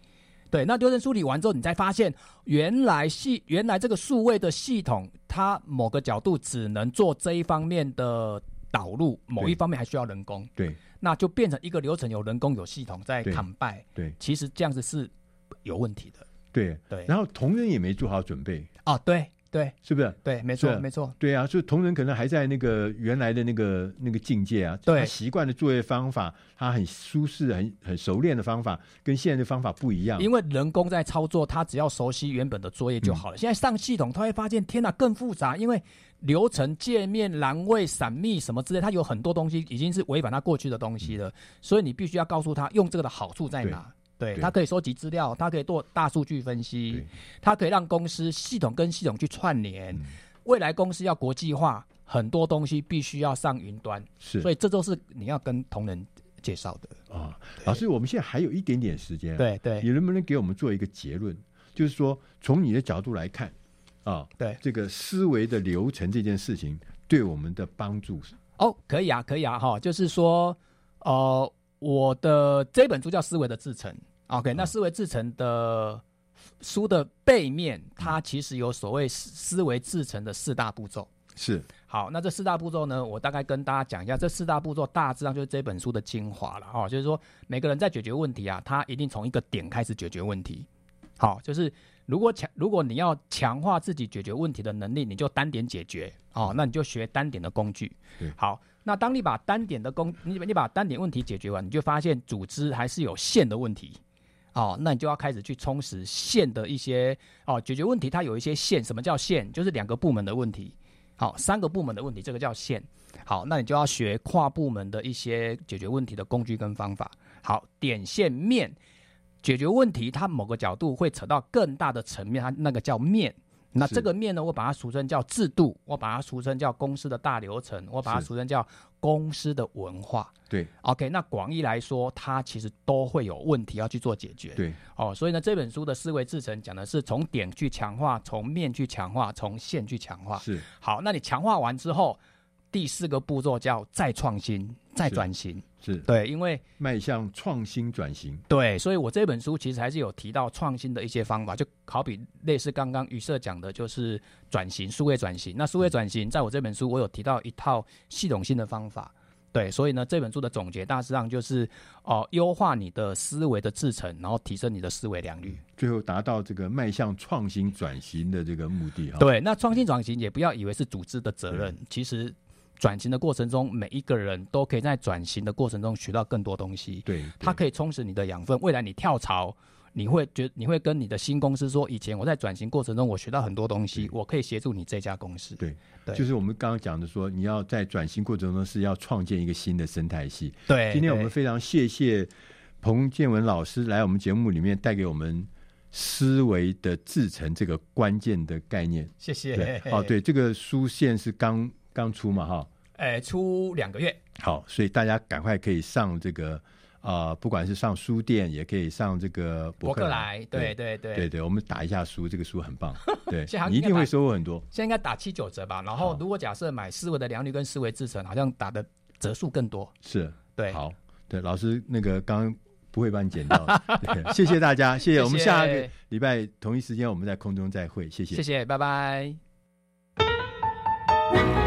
[SPEAKER 2] 对，那流程梳理完之后，你才发现原来系原来这个数位的系统，它某个角度只能做这一方面的导入，某一
[SPEAKER 1] 对
[SPEAKER 2] 方面还需要人工，
[SPEAKER 1] 对
[SPEAKER 2] 那就变成一个流程有人工有系统在
[SPEAKER 1] 对
[SPEAKER 2] 砍败。
[SPEAKER 1] 对
[SPEAKER 2] 其实这样子是有问题的。
[SPEAKER 1] 对
[SPEAKER 2] 对
[SPEAKER 1] 然后同仁也没做好准备，
[SPEAKER 2] 哦，对对
[SPEAKER 1] 是不是？
[SPEAKER 2] 对，没
[SPEAKER 1] 是
[SPEAKER 2] 错
[SPEAKER 1] 啊
[SPEAKER 2] 没错，
[SPEAKER 1] 对啊，所以同仁可能还在那个原来的那个那个境界啊，
[SPEAKER 2] 对
[SPEAKER 1] 他习惯的作业方法，他很舒适、很很熟练的方法，跟现在的方法不一样。
[SPEAKER 2] 因为人工在操作，他只要熟悉原本的作业就好了。现在上系统，他会发现天哪，更复杂，因为流程、界面、栏位、闪密什么之类，它有很多东西已经是违反他过去的东西了，所以你必须要告诉他用这个的好处在哪。对，
[SPEAKER 1] 对
[SPEAKER 2] 它可以收集资料，它可以做大数据分析
[SPEAKER 1] 对，
[SPEAKER 2] 它可以让公司系统跟系统去串联。未来公司要国际化，很多东西必须要上云端。
[SPEAKER 1] 是
[SPEAKER 2] 所以这都是你要跟同仁介绍的。
[SPEAKER 1] 啊，老师，我们现在还有一点点时间啊，
[SPEAKER 2] 对对
[SPEAKER 1] 你能不能给我们做一个结论？就是说，从你的角度来看啊，
[SPEAKER 2] 对
[SPEAKER 1] 这个思维的流程这件事情对我们的帮助是，
[SPEAKER 2] 哦，可以啊，可以啊，哈，就是说，呃，我的这本书叫《思维的制成》，OK，那《思维制成》的书的背面，它其实有所谓思思维制成的四大步骤。
[SPEAKER 1] 是
[SPEAKER 2] 好，那这四大步骤呢，我大概跟大家讲一下。这四大步骤大致上就是这本书的精华了哦，就是说每个人在解决问题啊，他一定从一个点开始解决问题。好，就是如果强，如果你要强化自己解决问题的能力，你就单点解决哦，那你就学单点的工具
[SPEAKER 1] 对。
[SPEAKER 2] 好，那当你把单点的工，你你把单点问题解决完，你就发现组织还是有线的问题。哦，那你就要开始去充实线的一些哦，解决问题它有一些线，什么叫线？就是两个部门的问题，好，三个部门的问题，这个叫线。好，那你就要学跨部门的一些解决问题的工具跟方法。好，点线面解决问题，它某个角度会扯到更大的层面，它那个叫面。那
[SPEAKER 1] 是
[SPEAKER 2] 这个面呢，我把它俗称叫制度，我把它俗称叫公司的大流程，我把它
[SPEAKER 1] 是
[SPEAKER 2] 俗称叫公司的文化。
[SPEAKER 1] 对
[SPEAKER 2] OK，那广义来说，它其实都会有问题要去做解决。
[SPEAKER 1] 对
[SPEAKER 2] 哦，所以呢，这本书的思维制成讲的是从点去强化，从面去强化，从线去强化。
[SPEAKER 1] 是
[SPEAKER 2] 好，那你强化完之后，第四个步骤叫再创新、再转型。
[SPEAKER 1] 是
[SPEAKER 2] 对，因为
[SPEAKER 1] 迈向创新转型。
[SPEAKER 2] 对，所以我这本书其实还是有提到创新的一些方法，就好比类似刚刚于社讲的，就是转型、数位转型。那数位转型，在我这本书我有提到一套系统性的方法。对，所以呢，这本书的总结大致上就是，哦、优化你的思维的制成，然后提升你的思维良率。
[SPEAKER 1] 最后达到这个迈向创新转型的这个目的哈。，
[SPEAKER 2] 对，那创新转型也不要以为是组织的责任，其实转型的过程中，每一个人都可以在转型的过程中学到更多东西。
[SPEAKER 1] 对，
[SPEAKER 2] 它可以充实你的养分。未来你跳槽，你会觉你会跟你的新公司说，以前我在转型过程中我学到很多东西，我可以协助你这家公司。
[SPEAKER 1] 对
[SPEAKER 2] 对
[SPEAKER 1] 就是我们刚刚讲的说，你要在转型过程中是要创建一个新的生态系。
[SPEAKER 2] 对，
[SPEAKER 1] 今天我们
[SPEAKER 2] 对
[SPEAKER 1] 非常谢谢彭建文老师来我们节目里面带给我们思维的制成这个关键的概
[SPEAKER 2] <laughs>
[SPEAKER 1] 念。
[SPEAKER 2] 谢
[SPEAKER 1] 对
[SPEAKER 2] 谢，。
[SPEAKER 1] 哦，，对，这个书线是刚刚出嘛哈，
[SPEAKER 2] 哎，出两个月，
[SPEAKER 1] 好，所以大家赶快可以上这个啊、呃不管是上书店，也可以上这个博
[SPEAKER 2] 博客
[SPEAKER 1] 来
[SPEAKER 2] 来，，对对对。
[SPEAKER 1] 对对，我们打一下书，这个书很
[SPEAKER 2] <laughs>
[SPEAKER 1] 棒，对
[SPEAKER 2] 现在还
[SPEAKER 1] 你一定会收获很多。
[SPEAKER 2] 现在应该打七九折吧，然
[SPEAKER 1] 好
[SPEAKER 2] 后如果假设买思维的良率跟思维制成，好像打的折数更多。
[SPEAKER 1] 是，
[SPEAKER 2] 对，
[SPEAKER 1] 好，对，老师那个刚刚不会把你剪掉的，对谢谢大家，谢谢，
[SPEAKER 2] <laughs> 谢谢
[SPEAKER 1] 我们下个礼拜同一时间我们在空中再会，谢谢
[SPEAKER 2] 谢。谢，拜拜。
[SPEAKER 3] Thank